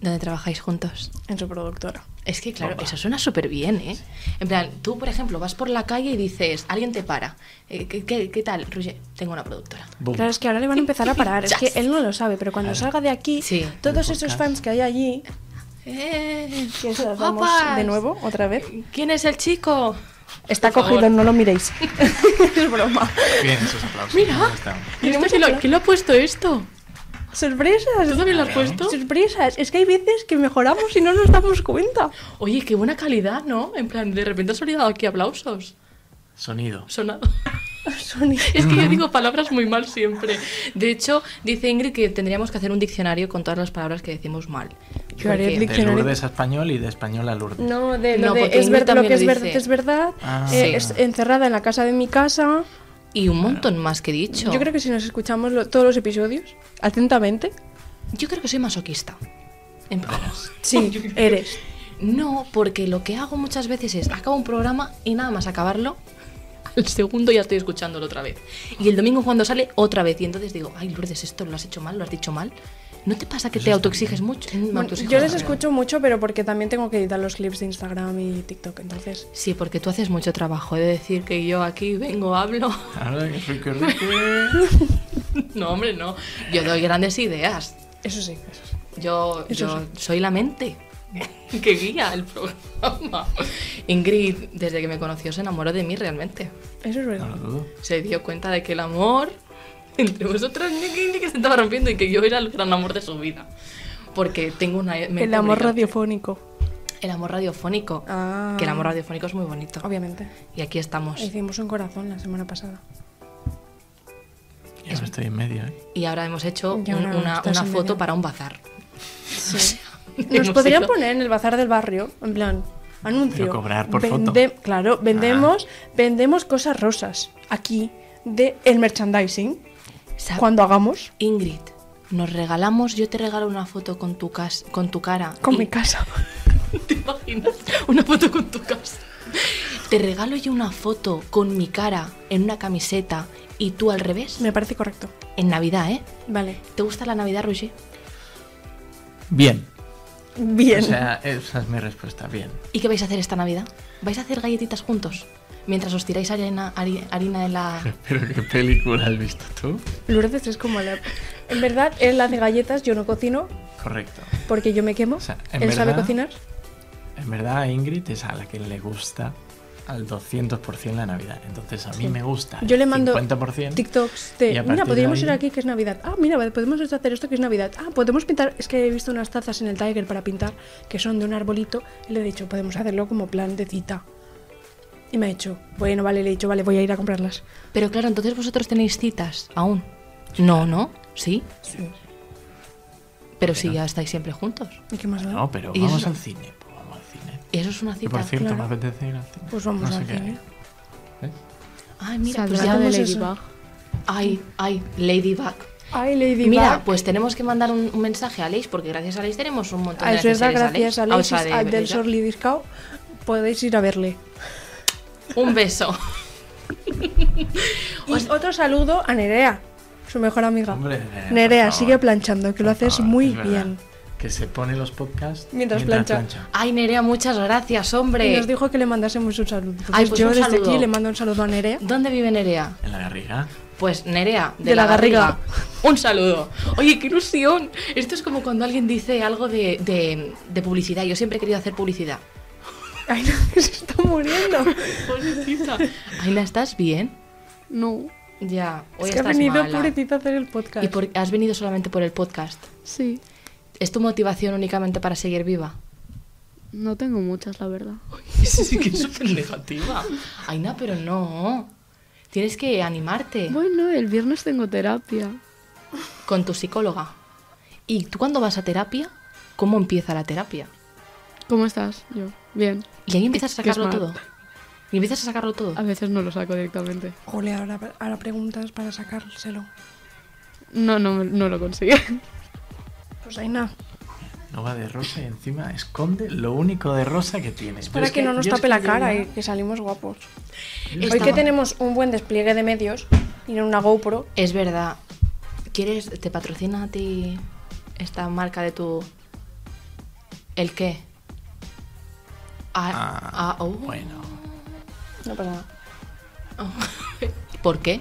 Speaker 3: donde trabajáis juntos?
Speaker 2: en su productora.
Speaker 3: Es que, claro,
Speaker 5: Opa.
Speaker 3: eso suena súper bien, ¿eh? En plan, tú, por ejemplo, vas por la calle y dices, alguien te para. Eh, ¿Qué, qué- qué tal? Roger, tengo una productora.
Speaker 5: Boom.
Speaker 2: Claro, es que ahora le van a empezar a parar. Es
Speaker 5: [LAUGHS]
Speaker 2: que él no lo sabe, pero cuando salga de aquí,
Speaker 3: Sí.
Speaker 2: todos
Speaker 5: El
Speaker 2: esos
Speaker 5: podcast.
Speaker 2: fans que hay allí,
Speaker 3: ¡Eh!
Speaker 2: que se las damos
Speaker 3: guapas!
Speaker 2: de nuevo, otra vez.
Speaker 3: ¿Quién es el chico?
Speaker 2: Está
Speaker 3: Por favor.
Speaker 2: cogido, no lo miréis. es [LAUGHS] broma.
Speaker 5: Bien, esos aplausos.
Speaker 3: Mira.
Speaker 5: ya está.
Speaker 4: ¿Y esto quién lo, quién lo ha puesto esto? ¿Tú
Speaker 2: Sorpresas.
Speaker 4: también lo has puesto?
Speaker 2: Sorpresas. Es que hay veces que mejoramos y no nos damos cuenta.
Speaker 4: Oye, qué buena calidad, ¿no? En plan, de repente han salido aquí aplausos.
Speaker 5: Sonido.
Speaker 3: [LAUGHS]
Speaker 4: Sonado.
Speaker 2: Sonido.
Speaker 4: Es que yo digo
Speaker 3: palabras muy mal siempre. De hecho, dice Ingrid que tendríamos que hacer un diccionario con todas las palabras que decimos mal.
Speaker 2: Yo haré
Speaker 3: Porque-
Speaker 2: el dic-
Speaker 5: De
Speaker 2: Diccionario.
Speaker 5: Lourdes a español y de español a Lourdes.
Speaker 2: No, de lo,
Speaker 3: No,
Speaker 2: de
Speaker 3: porque
Speaker 2: es
Speaker 3: Ingrid
Speaker 2: ver- lo
Speaker 3: también
Speaker 2: que es
Speaker 3: lo
Speaker 2: verdad
Speaker 3: dice.
Speaker 2: es verdad.
Speaker 5: Ah.
Speaker 2: eh,
Speaker 3: Sí.
Speaker 2: es encerrada en la casa de mi casa.
Speaker 3: Y un montón más que he dicho.
Speaker 2: Yo creo que si nos escuchamos lo- todos los episodios atentamente,
Speaker 3: Yo creo que soy masoquista. En plan-
Speaker 2: [LAUGHS] sí, eres.
Speaker 3: No, porque lo que hago muchas veces es acabo un programa y nada más acabarlo, al segundo ya estoy escuchándolo otra vez. Y el domingo cuando sale, otra vez. Y entonces digo, ay Lourdes, esto lo has hecho mal, lo has dicho mal. ¿No te pasa que te autoexiges mucho? Mm, me
Speaker 2: Bueno,
Speaker 3: autoexijo
Speaker 2: yo les
Speaker 3: mucho.
Speaker 2: escucho mucho, pero porque también tengo que editar los clips de Instagram y TikTok, entonces.
Speaker 3: Sí, porque tú haces mucho trabajo. He de decir que yo aquí vengo, hablo. [LAUGHS]
Speaker 5: Ahora que soy que rico.
Speaker 2: [LAUGHS]
Speaker 3: No, hombre, no. Yo doy grandes ideas.
Speaker 2: Eso sí.
Speaker 3: Yo,
Speaker 2: Eso
Speaker 3: yo soy la mente [LAUGHS] que guía el programa. Ingrid, desde que me conoció, se enamoró de mí realmente.
Speaker 2: Eso es
Speaker 5: No lo
Speaker 2: verdad.
Speaker 5: dudo.
Speaker 3: Se dio cuenta de que el amor entre vosotros ni que, ni que se estaba rompiendo y que yo era el gran amor de su vida. Porque tengo una... mente
Speaker 2: El amor
Speaker 3: brillante.
Speaker 2: radiofónico.
Speaker 3: El amor radiofónico.
Speaker 2: Ah.
Speaker 3: Que el amor radiofónico es muy bonito.
Speaker 2: Obviamente.
Speaker 3: Y aquí estamos.
Speaker 2: Hicimos un corazón la semana
Speaker 3: [LAUGHS]
Speaker 2: pasada.
Speaker 5: Yo no estoy en medio, ¿eh?
Speaker 3: Y ahora hemos hecho
Speaker 2: Y ahora
Speaker 3: un- una,
Speaker 2: estás
Speaker 3: una
Speaker 2: en
Speaker 3: foto
Speaker 2: medio.
Speaker 3: para un bazar.
Speaker 2: Nos
Speaker 3: [LAUGHS] Hemos
Speaker 2: podrían
Speaker 3: ido-
Speaker 2: poner en el bazar del barrio, en plan, anuncio.
Speaker 5: Pero cobrar por foto.
Speaker 2: Claro, vendemos, vendemos cosas rosas aquí de el merchandising
Speaker 3: Sa-
Speaker 2: cuando hagamos
Speaker 3: Ingrid, nos regalamos, yo te regalo una foto con tu, cas con tu cara.
Speaker 2: con
Speaker 3: Y-
Speaker 2: mi casa. [LAUGHS]
Speaker 3: ¿Te imaginas? Una foto con tu casa. Te regalo yo una foto con mi cara en una camiseta y tú al revés.
Speaker 2: Me parece correcto.
Speaker 3: En Navidad, ¿eh?
Speaker 2: Vale.
Speaker 3: ¿Te gusta la Navidad, Roger?
Speaker 5: Bien.
Speaker 2: Bien.
Speaker 5: O sea, esa es mi respuesta. Bien.
Speaker 3: ¿Y qué vais a hacer esta Navidad? ¿Vais a hacer galletitas juntos? Mientras os tiráis harina, hari- harina en la...
Speaker 5: Pero qué película has visto tú.
Speaker 2: Lourdes es como la... En verdad, él hace galletas, yo no cocino
Speaker 5: Correcto.
Speaker 2: porque yo me quemo.
Speaker 5: sea,
Speaker 2: él
Speaker 5: en
Speaker 2: sabe
Speaker 5: verdad-
Speaker 2: cocinar.
Speaker 5: En verdad, Ingrid es a la que le gusta al 200% la Navidad. Entonces, a mí me gusta. el
Speaker 2: Yo le mando
Speaker 5: 50%.
Speaker 2: TikToks
Speaker 5: y
Speaker 2: de,
Speaker 5: a
Speaker 2: mira,
Speaker 5: partir
Speaker 2: podríamos
Speaker 5: de
Speaker 2: ir
Speaker 5: ahí-
Speaker 2: aquí que es Navidad. Ah, mira, podemos hacer esto que es Navidad. Ah, podemos pintar, es que he visto unas tazas en el Tiger para pintar que son de un arbolito y le he dicho, podemos hacerlo como plan de cita. Y me ha dicho, bueno, vale, le he dicho, vale, voy a ir a comprarlas.
Speaker 3: Pero claro, entonces vosotros tenéis citas aún. No, ¿no? ¿Sí? Pero sí, ya estáis siempre juntos.
Speaker 2: ¿Y qué más da?
Speaker 5: No, pero
Speaker 3: Y
Speaker 5: vamos
Speaker 3: eso-
Speaker 5: al cine. Pues vamos al cine.
Speaker 3: Y eso es una
Speaker 5: Que,
Speaker 3: cita.
Speaker 5: por cierto,
Speaker 2: claro.
Speaker 5: me apetece ir al cine.
Speaker 2: Pues vamos
Speaker 5: No sé
Speaker 2: al
Speaker 5: qué
Speaker 2: cine.
Speaker 5: hay. ¿Eh?
Speaker 3: Ay, mira, pues
Speaker 4: Saldrá
Speaker 3: ya...
Speaker 2: hacemos
Speaker 4: de
Speaker 2: eso.
Speaker 4: Ladybug.
Speaker 3: Ay, ay, Ladybug.
Speaker 2: Ay, Lady
Speaker 3: Mira,
Speaker 2: Bug.
Speaker 3: pues tenemos que mandar un, un mensaje a Aleix, porque gracias a Aleix tenemos un montón
Speaker 2: Ah,
Speaker 3: de
Speaker 2: eso es verdad,
Speaker 3: accesorios
Speaker 2: gracias a
Speaker 3: Aleix.
Speaker 2: Alexis
Speaker 3: Ah, o sea, de-
Speaker 2: del
Speaker 3: de-
Speaker 2: Sorli Discao. Podéis ir a verle.
Speaker 3: Un beso.
Speaker 2: Y
Speaker 3: Pues-
Speaker 2: otro saludo a Nerea, su mejor amiga.
Speaker 5: Hombre, Nerea, por
Speaker 2: Nerea,
Speaker 5: favor.
Speaker 2: sigue planchando, que lo
Speaker 5: Por
Speaker 2: haces
Speaker 5: favor,
Speaker 2: muy
Speaker 5: es verdad.
Speaker 2: bien.
Speaker 5: que se pone los podcasts
Speaker 2: Mientras plancha.
Speaker 3: Ay, Nerea, muchas gracias, hombre.
Speaker 2: Y nos dijo que le mandásemos un saludo. Entonces
Speaker 3: Ay, pues
Speaker 2: yo
Speaker 3: un
Speaker 2: desde
Speaker 3: saludo.
Speaker 2: aquí le mando un saludo a Nerea.
Speaker 3: ¿Dónde vive Nerea?
Speaker 5: En la garriga.
Speaker 3: Pues Nerea, de,
Speaker 2: De
Speaker 3: la,
Speaker 2: la Garriga.
Speaker 3: Garriga. Un saludo. Oye, qué ilusión. Esto es como cuando alguien dice algo de, de- de publicidad. Yo siempre he querido hacer publicidad.
Speaker 2: [LAUGHS] Ay, no, que se está muriendo.
Speaker 3: Aina, ¿estás bien?
Speaker 1: No,
Speaker 3: Ya, hoy
Speaker 2: es que ha
Speaker 3: estás
Speaker 2: venido
Speaker 3: mala.
Speaker 2: pobrecita a hacer el podcast.
Speaker 3: ¿Y por- has venido solamente por el podcast?
Speaker 1: sí.
Speaker 3: ¿Es tu motivación únicamente para seguir viva?
Speaker 1: No tengo muchas, la verdad.
Speaker 3: [LAUGHS] Sí, sí, que es súper negativa. Aina, pero no. Tienes que animarte
Speaker 1: Bueno, el viernes tengo terapia.
Speaker 3: con tu psicóloga. ¿Y tú cuando vas a terapia? ¿Cómo empieza la terapia?
Speaker 1: ¿Cómo estás? Yo. Bien.
Speaker 3: Y ahí empiezas a
Speaker 1: Qué
Speaker 3: sacarlo
Speaker 1: smart.
Speaker 3: todo. Y empiezas a sacarlo todo.
Speaker 1: A veces no lo saco directamente.
Speaker 2: Jole, ahora, ahora preguntas para sacárselo.
Speaker 1: No, no, no lo consigue.
Speaker 2: Pues ahí nada.
Speaker 5: No va de rosa y encima esconde lo único de rosa que tienes.
Speaker 2: Para que, no nos tape la cara y que salimos guapos. Hoy
Speaker 3: Estaba-
Speaker 2: que tenemos un buen despliegue de medios y no una GoPro,
Speaker 3: Es verdad. ¿Quieres, te patrocina a ti esta marca de tu... ¿El qué? Ah, ah, oh.
Speaker 5: Bueno,
Speaker 2: no pasa nada.
Speaker 3: ¿Por qué?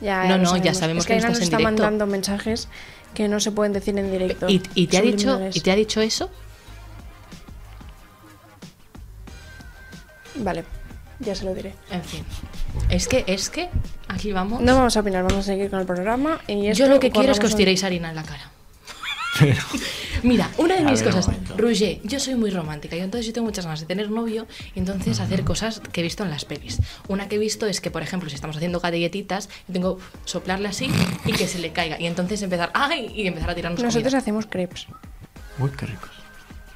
Speaker 2: Ya,
Speaker 3: No,
Speaker 2: lo
Speaker 3: no, ya sabemos
Speaker 2: es que,
Speaker 3: que
Speaker 2: Aina
Speaker 3: no
Speaker 2: nos
Speaker 3: estás
Speaker 2: está
Speaker 3: en directo.
Speaker 2: mandando mensajes que no se pueden decir en directo.
Speaker 3: ¿Y, y te ha dicho,
Speaker 2: Subliminales.
Speaker 3: ¿Y te ha dicho eso?
Speaker 2: Vale, ya se lo diré.
Speaker 3: En fin. Es que, es que, aquí vamos.
Speaker 2: No vamos a opinar, vamos a seguir con el programa. Y
Speaker 3: Yo
Speaker 2: esto
Speaker 3: lo que quiero
Speaker 2: guardamos
Speaker 3: es que os
Speaker 2: en-
Speaker 3: tiréis harina en la cara. [LAUGHS] Mira, una de
Speaker 5: A
Speaker 3: mis
Speaker 5: ver, un
Speaker 3: cosas,
Speaker 5: momento.
Speaker 3: Roger, yo soy muy romántica y entonces yo tengo muchas ganas de tener novio y entonces hacer cosas que he visto en las pelis. Una que he visto es que, por ejemplo, si estamos haciendo galletitas, yo tengo soplarle así y que se le caiga y entonces empezar, ¡ay! y empezar a tirarnos
Speaker 2: Nosotros
Speaker 3: comida.
Speaker 2: hacemos crepes.
Speaker 5: uy, qué ricos.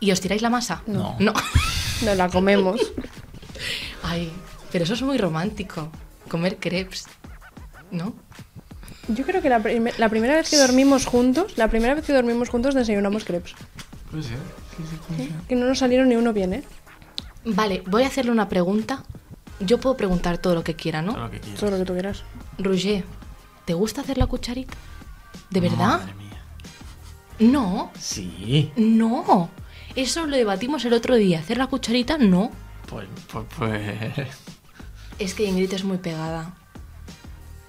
Speaker 3: ¿Y os tiráis la masa?
Speaker 5: No.
Speaker 3: No. [LAUGHS]
Speaker 2: Nos la comemos.
Speaker 3: Ay, pero eso es muy romántico, comer crepes, ¿no?
Speaker 2: [LAUGHS] Yo creo que la, prim- la primera vez que dormimos juntos, la primera vez que dormimos juntos desayunamos crepes.
Speaker 5: Puede ser. Sí, sí, puede ser.
Speaker 2: Que no nos salieron ni uno bien, ¿eh?
Speaker 3: Vale, voy a hacerle una pregunta. Yo puedo preguntar todo lo que quiera, ¿no?
Speaker 5: Todo lo que quieras.
Speaker 2: Todo lo que tú quieras.
Speaker 3: Roger, ¿te gusta hacer la cucharita? ¿De verdad?
Speaker 5: Madre mía.
Speaker 3: No,
Speaker 5: Sí.
Speaker 3: no. Eso lo debatimos el otro día. ¿Hacer la cucharita? No.
Speaker 5: Pues, pues, pues.
Speaker 3: Es que Ingrid es muy pegada.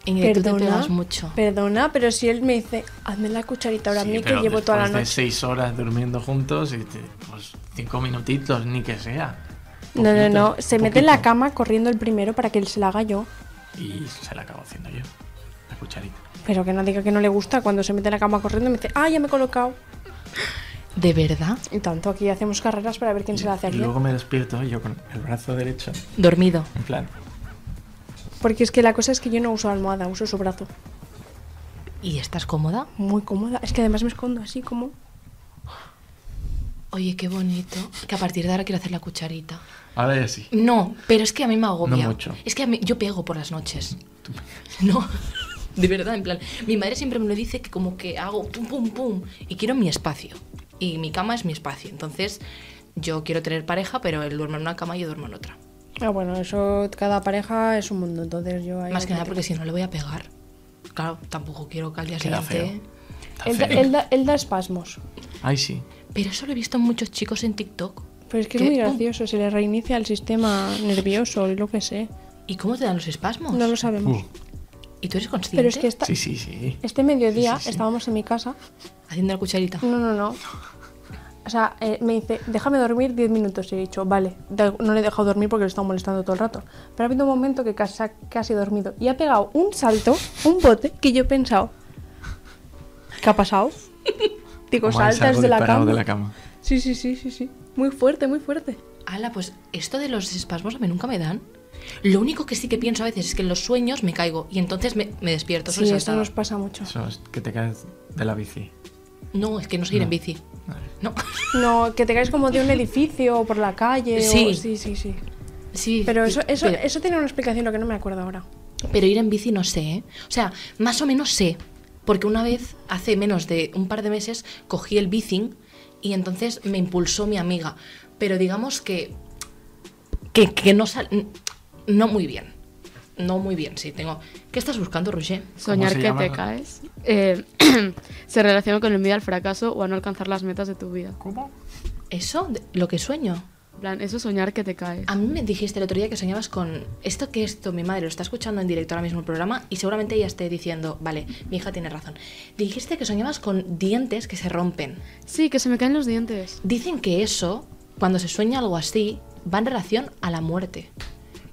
Speaker 3: Ingrid, tú te pegas mucho.
Speaker 2: Perdona, pero si él me dice, hazme la cucharita ahora a
Speaker 5: Sí,
Speaker 2: mí que
Speaker 5: pero
Speaker 2: llevo toda la
Speaker 5: después de
Speaker 2: noche.
Speaker 5: seis horas durmiendo juntos y te- pues cinco minutitos, ni que sea.
Speaker 2: No, no, no.
Speaker 5: Poquito,
Speaker 2: Se mete en la
Speaker 5: poquito.
Speaker 2: cama corriendo el primero para que él se la haga yo.
Speaker 5: Y se la acabo haciendo yo. La cucharita.
Speaker 2: Pero que no diga que no le gusta. Cuando se mete en la cama corriendo me dice, ah, ya me he colocado.
Speaker 3: ¿De verdad?
Speaker 2: Y tanto, aquí hacemos carreras para ver quién se la hace a
Speaker 5: y
Speaker 2: quién.
Speaker 5: luego me despierto yo con el brazo derecho.
Speaker 3: Dormido.
Speaker 5: En plan.
Speaker 2: Porque es que la cosa es que yo no uso almohada, uso su brazo.
Speaker 3: ¿Y estás cómoda?
Speaker 2: Muy cómoda. Es que además me escondo así como...
Speaker 3: Oye, qué bonito. Que a partir de ahora quiero hacer la cucharita.
Speaker 5: Ahora ya sí.
Speaker 3: No, pero es que a mí me agobia.
Speaker 5: No mucho.
Speaker 3: Es que a mí, yo pego por las noches. [LAUGHS] No, de verdad, en plan. Mi madre siempre me lo dice que como que hago pum, pum, pum. Y quiero mi espacio. Y mi cama es mi espacio. Entonces, yo quiero tener pareja, pero él duerme en una cama y yo duermo en otra.
Speaker 2: Ah, bueno, eso cada pareja es un mundo, entonces yo ahí
Speaker 3: Más
Speaker 2: no
Speaker 3: que nada
Speaker 2: me
Speaker 3: porque si no le voy a pegar. Claro, tampoco quiero que al día
Speaker 5: Queda
Speaker 3: siguiente.
Speaker 5: feo.
Speaker 2: meto.
Speaker 5: Está
Speaker 2: Él da,
Speaker 5: feo.
Speaker 2: él da- él da espasmos.
Speaker 5: Ay, sí.
Speaker 3: Pero eso lo he visto en muchos chicos en TikTok.
Speaker 2: Pero es que
Speaker 3: ¿Qué?
Speaker 2: es muy
Speaker 3: Pum.
Speaker 2: gracioso, se le reinicia el sistema nervioso y lo que sé.
Speaker 3: ¿Y cómo te dan los espasmos?
Speaker 2: No lo sabemos.
Speaker 5: Uh,
Speaker 3: ¿Y tú eres consciente?
Speaker 2: Pero es que esta-
Speaker 5: sí, sí, sí.
Speaker 2: este mediodía estábamos en mi casa.
Speaker 3: Haciendo la cucharita.
Speaker 2: No, no, no. O sea, eh, me dice, déjame dormir 10 minutos. Y he dicho, vale, Da- no le he dejado dormir porque le he estado molestando todo el rato. Pero ha habido un momento que casi, casi he dormido. Y ha pegado un salto, un bote, que yo he pensado, ¿qué ha
Speaker 5: [LAUGHS]
Speaker 2: pasado? Digo,
Speaker 5: Como ahí
Speaker 2: saltas
Speaker 5: salgo
Speaker 2: de la,
Speaker 5: disparado
Speaker 2: cama.
Speaker 5: de la cama.
Speaker 2: Sí, sí, sí, sí, sí. Muy fuerte, muy fuerte.
Speaker 3: Ala, pues esto de los espasmos a mí nunca me dan. Lo único que sí que pienso a veces es que en los sueños me caigo y entonces me, me despierto. soy
Speaker 2: Sí, eso
Speaker 3: saltada.
Speaker 2: nos pasa mucho.
Speaker 5: Eso es que te caes de la bici.
Speaker 3: No, es que no sé ir en
Speaker 5: No.
Speaker 3: bici.
Speaker 5: Vale.
Speaker 3: No.
Speaker 2: No, que te caes como de un edificio o por la calle.
Speaker 3: Sí.
Speaker 2: o- sí, sí, [LAUGHS] sí.
Speaker 3: Sí.
Speaker 2: Pero eso, eso,
Speaker 3: pero,
Speaker 2: eso tiene una explicación, lo que no me acuerdo ahora.
Speaker 3: pero ir en bici no sé, ¿eh? O sea, más o menos sé. Porque una vez, hace menos de un par de meses, cogí el bicing y entonces me impulsó mi amiga. Pero digamos que. que, que no sal- No muy bien. no muy bien, sí, tengo... ¿Qué estás buscando, Roger?
Speaker 1: Soñar
Speaker 5: se
Speaker 1: que
Speaker 5: llama?
Speaker 1: te caes eh, [CLEARS THROAT] se relaciona con el miedo al fracaso o a no alcanzar las metas de tu vida.
Speaker 5: ¿Cómo?
Speaker 3: ¿Eso? De- ¿Lo que sueño?
Speaker 1: En plan, eso es soñar que te caes.
Speaker 2: Ah.
Speaker 3: A mí me dijiste el otro día que soñabas con esto que esto, mi madre lo está escuchando en directo ahora mismo el programa y seguramente ella esté diciendo, vale, mi hija tiene razón. Dijiste que soñabas con dientes que se rompen.
Speaker 1: Sí, que se me caen los dientes.
Speaker 3: Dicen que eso, cuando se sueña algo así, va en relación a la muerte.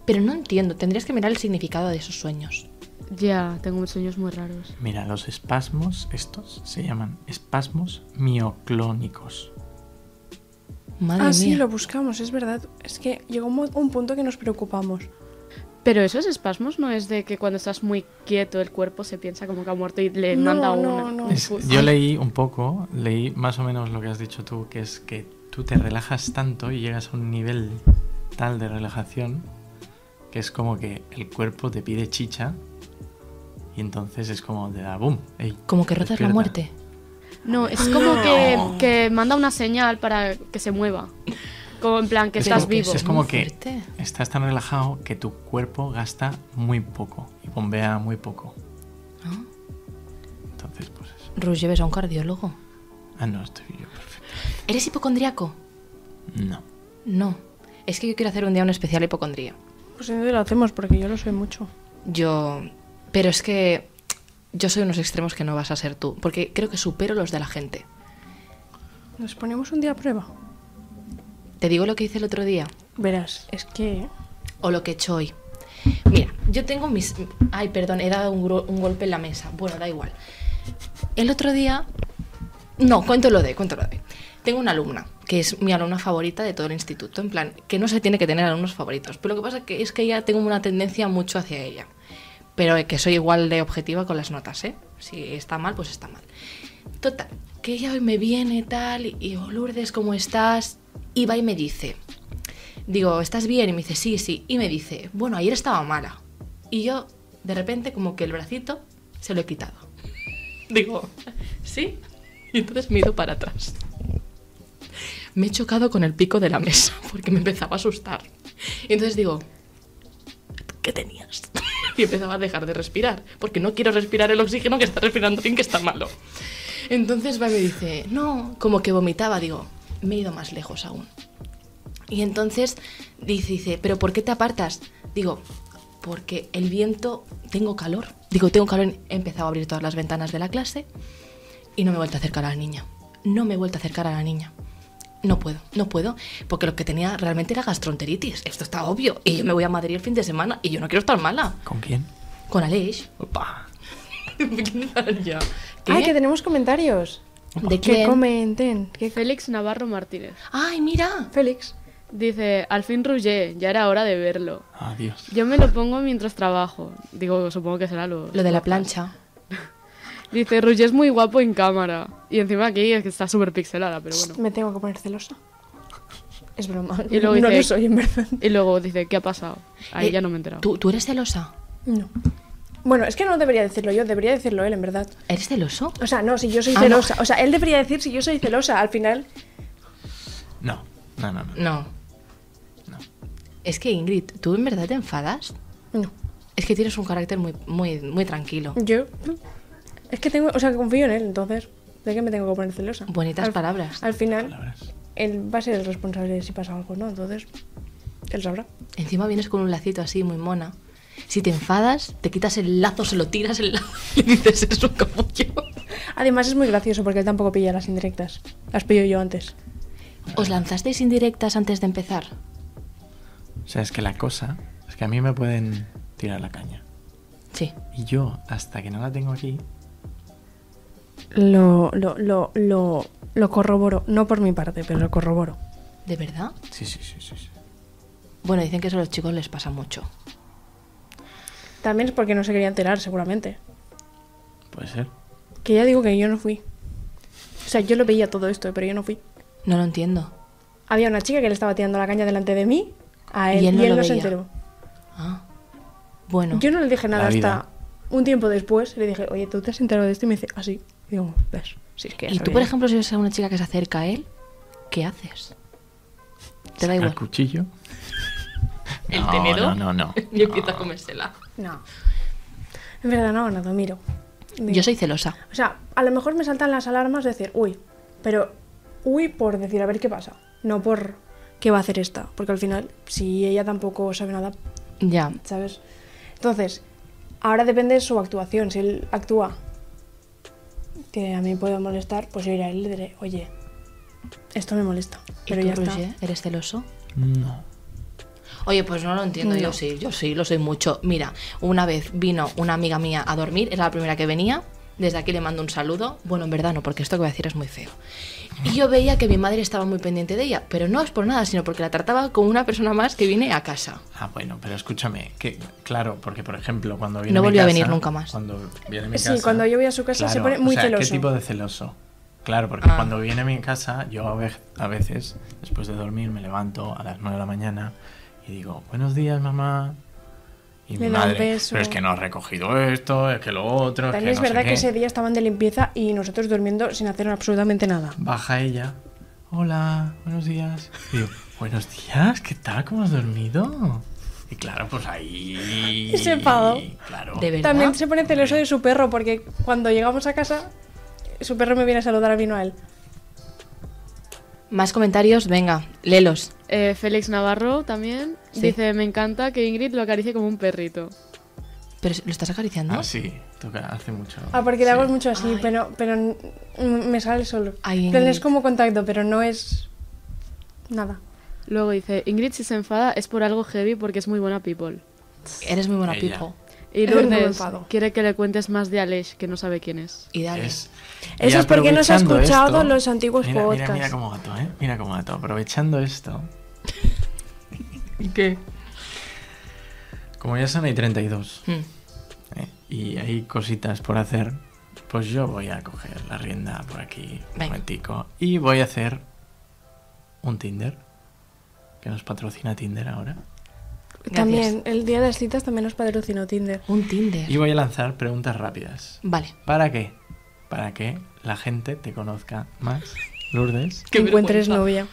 Speaker 3: Pero no entiendo, tendrías que mirar el significado de esos sueños.
Speaker 1: Ya, tengo unos sueños muy raros.
Speaker 5: Mira, los espasmos, estos se llaman espasmos mioclónicos.
Speaker 3: Madre
Speaker 2: Ah,
Speaker 3: mía.
Speaker 2: sí, lo buscamos, es verdad. Es que llegó un mo- un punto que nos preocupamos.
Speaker 1: Pero esos espasmos no es de que cuando estás muy quieto el cuerpo se piensa como que ha muerto y le
Speaker 2: No,
Speaker 1: manda
Speaker 2: no,
Speaker 1: una.
Speaker 2: no.
Speaker 1: un
Speaker 5: Es-
Speaker 3: pues,
Speaker 1: pulso.
Speaker 5: yo leí un poco, leí más o menos lo que has dicho tú, que es que tú te relajas tanto y llegas a un nivel tal de relajación que es como que el cuerpo te pide chicha y entonces es como te da boom. ey,
Speaker 3: Como que rotas la
Speaker 5: despierta.
Speaker 3: muerte.
Speaker 1: No, es como que, que manda una señal para que se mueva. Como en plan que
Speaker 5: Es
Speaker 1: estás
Speaker 5: como que
Speaker 1: vivo.
Speaker 5: Es como
Speaker 3: Muy
Speaker 5: que-
Speaker 3: fuerte.
Speaker 5: Estás tan relajado que tu cuerpo gasta muy poco y bombea muy poco.
Speaker 3: Ah.
Speaker 5: Entonces, pues eso.
Speaker 3: Ruth, lleves a un cardiólogo.
Speaker 5: Ah, no, estoy yo perfecto.
Speaker 3: ¿Eres hipocondriaco?
Speaker 5: No.
Speaker 3: No. Es que yo quiero hacer un día un especial hipocondría.
Speaker 2: Pues entonces lo hacemos porque yo lo soy mucho.
Speaker 3: Yo. Pero es que. Yo soy unos extremos que no vas a ser tú. Porque creo que supero los de la gente.
Speaker 2: Nos ponemos un día a prueba.
Speaker 3: Te digo lo que hice el otro día.
Speaker 2: Verás, es que
Speaker 3: O lo que he hecho hoy. Mira, yo tengo mis. Ay, perdón, he dado un, gro- un golpe en la mesa. Bueno, da igual. El otro día. No, cuéntalo de, cuéntalo de. Tengo una alumna, que es mi alumna favorita de todo el instituto. En plan, que no se tiene que tener alumnos favoritos. Pero lo que pasa que es que ya tengo una tendencia mucho hacia ella. Pero eh, que soy igual de objetiva con las notas, ¿eh? Si está mal, pues está mal. Total, que ella hoy me viene tal y, y oh, Lourdes, ¿cómo estás? Y va y me dice, digo, ¿estás bien? Y me dice, sí, sí. Y me dice, bueno, ayer estaba mala. Y yo, de repente, como que el bracito se lo he quitado. [LAUGHS] Digo, ¿sí? Y entonces me he ido para atrás. Me he chocado con el pico de la mesa [LAUGHS] porque me empezaba a asustar. Y entonces digo, ¿qué tenías? [LAUGHS] Y empezaba a dejar de respirar, porque no quiero respirar el oxígeno que está respirando alguien que está malo. Entonces va y me dice, no, como que vomitaba, digo, me he ido más lejos aún. Y entonces dice, dice, ¿pero por qué te apartas? Digo, porque el viento, tengo calor. Digo, tengo calor. He empezado a abrir todas las ventanas de la clase y no me he vuelto a acercar a la niña. No me he vuelto a acercar a la niña. No puedo, no puedo, porque lo que tenía realmente era gastroenteritis. Esto está obvio. Y yo me voy a Madrid el fin de semana y yo no quiero estar mala.
Speaker 5: ¿Con quién?
Speaker 3: Con Aleix. [LAUGHS]
Speaker 5: Opa.
Speaker 3: Ya.
Speaker 2: ¡Ay, que
Speaker 3: ¿Qué?
Speaker 2: tenemos comentarios!
Speaker 3: ¿De
Speaker 2: Que
Speaker 3: quién?
Speaker 2: comenten. Que...
Speaker 1: Félix Navarro Martínez
Speaker 3: ¡Ay, mira!
Speaker 2: [LAUGHS] Félix.
Speaker 1: dice, al fin Rouget, ya era hora de verlo.
Speaker 5: Adiós.
Speaker 1: Yo me lo pongo mientras trabajo. Digo, supongo que será lo...
Speaker 3: Lo de la plancha.
Speaker 1: Dice, Rouget es muy guapo en cámara. Y encima aquí es que está súper pixelada, pero bueno.
Speaker 2: Me tengo que poner celosa. [LAUGHS] Es broma.
Speaker 1: Y
Speaker 2: [LAUGHS]
Speaker 1: luego
Speaker 2: no
Speaker 1: dice-
Speaker 2: lo soy, en verdad.
Speaker 1: Y luego dice, ¿qué ha pasado? Ahí
Speaker 3: Eh,
Speaker 1: ya no me he enterado.
Speaker 3: ¿Tú, tú eres celosa?
Speaker 2: No. Bueno, es que no debería decirlo yo, debería decirlo él, en verdad.
Speaker 3: ¿Eres celoso?
Speaker 2: O sea, no, si yo soy
Speaker 3: Ah,
Speaker 2: celosa. O sea, él debería decir si yo soy celosa. Al final,
Speaker 5: No, no, no, no.
Speaker 3: No.
Speaker 5: No.
Speaker 3: Es que Ingrid, ¿tú en verdad te enfadas?
Speaker 2: no.
Speaker 3: Es que tienes un carácter muy, muy, muy tranquilo.
Speaker 2: Yo. Es que tengo. O sea, que confío en él, entonces. ¿De qué me tengo que poner celosa?
Speaker 3: Bonitas
Speaker 2: Al-
Speaker 3: palabras.
Speaker 2: Al final,
Speaker 5: Palabras.
Speaker 2: él va a ser el responsable de si pasa algo, ¿no? Entonces, él sabrá.
Speaker 3: Encima vienes con un lacito así, muy mona. Si te enfadas, te quitas el lazo, se lo tiras el lazo y [LAUGHS] le dices, eres un capullo.
Speaker 2: Además, es muy gracioso porque él tampoco pilla las indirectas. Las pillo yo antes.
Speaker 3: ¿Os lanzasteis indirectas antes de empezar?
Speaker 5: O sea, es que la cosa es que a mí me pueden tirar la caña.
Speaker 3: Sí.
Speaker 5: Y yo, hasta que no la tengo aquí,
Speaker 2: Lo, lo, lo, lo, lo corroboro. No por mi parte, pero lo corroboro.
Speaker 3: ¿De verdad?
Speaker 5: sí, sí, sí, sí. sí.
Speaker 3: Bueno, dicen que eso a los chicos les pasa mucho.
Speaker 2: También es porque no se quería enterar, seguramente.
Speaker 5: Puede ser.
Speaker 2: Que ya digo que yo no fui. O sea, yo lo veía todo esto, pero yo no fui.
Speaker 3: No lo entiendo.
Speaker 2: Había una chica que le estaba tirando la caña delante de mí a él
Speaker 3: Y
Speaker 2: y
Speaker 3: él
Speaker 2: él
Speaker 3: no
Speaker 2: no,
Speaker 3: lo
Speaker 2: se
Speaker 3: veía.
Speaker 2: enteró.
Speaker 3: Ah. Bueno.
Speaker 2: Yo no le dije nada
Speaker 5: La vida.
Speaker 2: hasta un tiempo después. Le dije, oye, ¿tú te has enterado de esto? Y me dice, ah, sí. Y digo, ves, sí, es que ya
Speaker 3: Y tú,
Speaker 2: sabía
Speaker 3: por
Speaker 2: yo".
Speaker 3: ejemplo, si ves a una chica que se acerca a él, ¿qué haces? Te da
Speaker 5: Al
Speaker 3: [LAUGHS] igual.
Speaker 5: cuchillo.
Speaker 3: el
Speaker 5: No,
Speaker 3: tenedor
Speaker 5: no, no, no.
Speaker 3: y empieza a comérsela.
Speaker 2: No. En verdad, no, nada, miro. Miro.
Speaker 3: Yo soy celosa.
Speaker 2: O sea, a lo mejor me saltan las alarmas de decir, uy, pero uy por decir, a ver qué pasa. No por qué va a hacer esta, porque al final, si ella tampoco sabe nada,
Speaker 3: Ya.
Speaker 2: ¿sabes? Entonces, ahora depende de su actuación. Si él actúa que a mí puede molestar, pues yo iré a él y le diré, oye, esto me molesta. Pero
Speaker 3: ¿Y tú,
Speaker 2: ya está.
Speaker 3: Roger, eres celoso?
Speaker 5: No.
Speaker 3: Oye, pues no lo entiendo, yo sí, yo sí, lo soy mucho. Mira, una vez vino una amiga mía a dormir, era la primera que venía, desde aquí le mando un saludo. Bueno, en verdad no, porque esto que voy a decir es muy feo. Y yo veía que mi madre estaba muy pendiente de ella, pero no es por nada, sino porque la trataba como una persona más que viene a casa.
Speaker 5: Ah, bueno, pero escúchame, que claro, porque por ejemplo, cuando viene
Speaker 3: No
Speaker 5: a mi
Speaker 3: volvió a
Speaker 5: casa,
Speaker 3: venir nunca más.
Speaker 5: Cuando viene a mi
Speaker 2: Sí,
Speaker 5: casa,
Speaker 2: cuando yo voy a su casa se
Speaker 5: claro,
Speaker 2: pone muy
Speaker 5: o sea,
Speaker 2: celoso.
Speaker 5: ¿Qué tipo de celoso? Claro, porque
Speaker 3: Ah.
Speaker 5: cuando viene a mi casa, yo a ve- a veces, después de dormir, me levanto a las 9 de la mañana y digo, buenos días, mamá. Y
Speaker 2: Le
Speaker 5: mi
Speaker 2: da un
Speaker 5: madre,
Speaker 2: beso.
Speaker 5: pero es que no has recogido esto, es que lo otro, es
Speaker 2: También
Speaker 5: que
Speaker 2: es
Speaker 5: no sé
Speaker 2: verdad
Speaker 5: qué".
Speaker 2: que ese día estaban de limpieza y nosotros durmiendo sin hacer absolutamente nada.
Speaker 5: Baja ella. Hola, buenos días. Y digo, buenos días, ¿qué tal? ¿Cómo has dormido? Y claro,
Speaker 2: [LAUGHS]
Speaker 5: pues ahí.
Speaker 2: Ese enfado.
Speaker 5: Claro.
Speaker 3: De verdad.
Speaker 2: También se pone celoso de su perro, porque cuando llegamos a casa, su perro me viene a saludar a mí, no a él.
Speaker 3: Más comentarios, venga, lelos.
Speaker 1: Eh, Félix Navarro también
Speaker 3: Sí.
Speaker 1: dice, me encanta que Ingrid lo acaricie como un perrito.
Speaker 3: ¿Pero lo estás acariciando?
Speaker 5: Ah, sí, toca, hace mucho.
Speaker 2: Ah, porque le
Speaker 5: Sí.
Speaker 2: hago mucho así,
Speaker 3: Ay.
Speaker 2: pero, pero n- me sale solo.
Speaker 3: Ay,
Speaker 2: Pero es
Speaker 3: Ingrid.
Speaker 2: como contacto, pero no es nada.
Speaker 1: Luego dice, Ingrid si se enfada es por algo heavy porque es muy buena people.
Speaker 3: Eres muy buena,
Speaker 5: Ella.
Speaker 3: Pipo.
Speaker 1: Y
Speaker 2: No me
Speaker 1: Lourdes
Speaker 2: enfado.
Speaker 1: quiere que le cuentes más de Aleix, que no sabe quién es.
Speaker 3: Y dale.
Speaker 5: Es-
Speaker 2: ¿eh? Eso
Speaker 5: y
Speaker 2: es porque no se ha
Speaker 5: aprovechando
Speaker 2: escuchado los antiguos
Speaker 5: mira, Mira, mira
Speaker 2: podcasts.
Speaker 5: cómo gato, ¿eh? Mira cómo gato. Aprovechando esto,
Speaker 3: ¿Y qué?
Speaker 5: como ya son, hay 32
Speaker 3: Hmm.
Speaker 5: ¿eh? y hay cositas por hacer, pues yo voy a coger la rienda por aquí un
Speaker 3: Venga.
Speaker 5: momentico y voy a hacer un Tinder. Que nos patrocina Tinder ahora.
Speaker 2: También, el día de las citas también nos patrocinó Tinder.
Speaker 3: Un Tinder.
Speaker 5: Y voy a lanzar preguntas rápidas.
Speaker 3: Vale.
Speaker 5: ¿Para qué? Para que la gente te conozca más, Lourdes,
Speaker 3: Qué
Speaker 2: Que encuentres
Speaker 3: vergüenza.
Speaker 2: novia.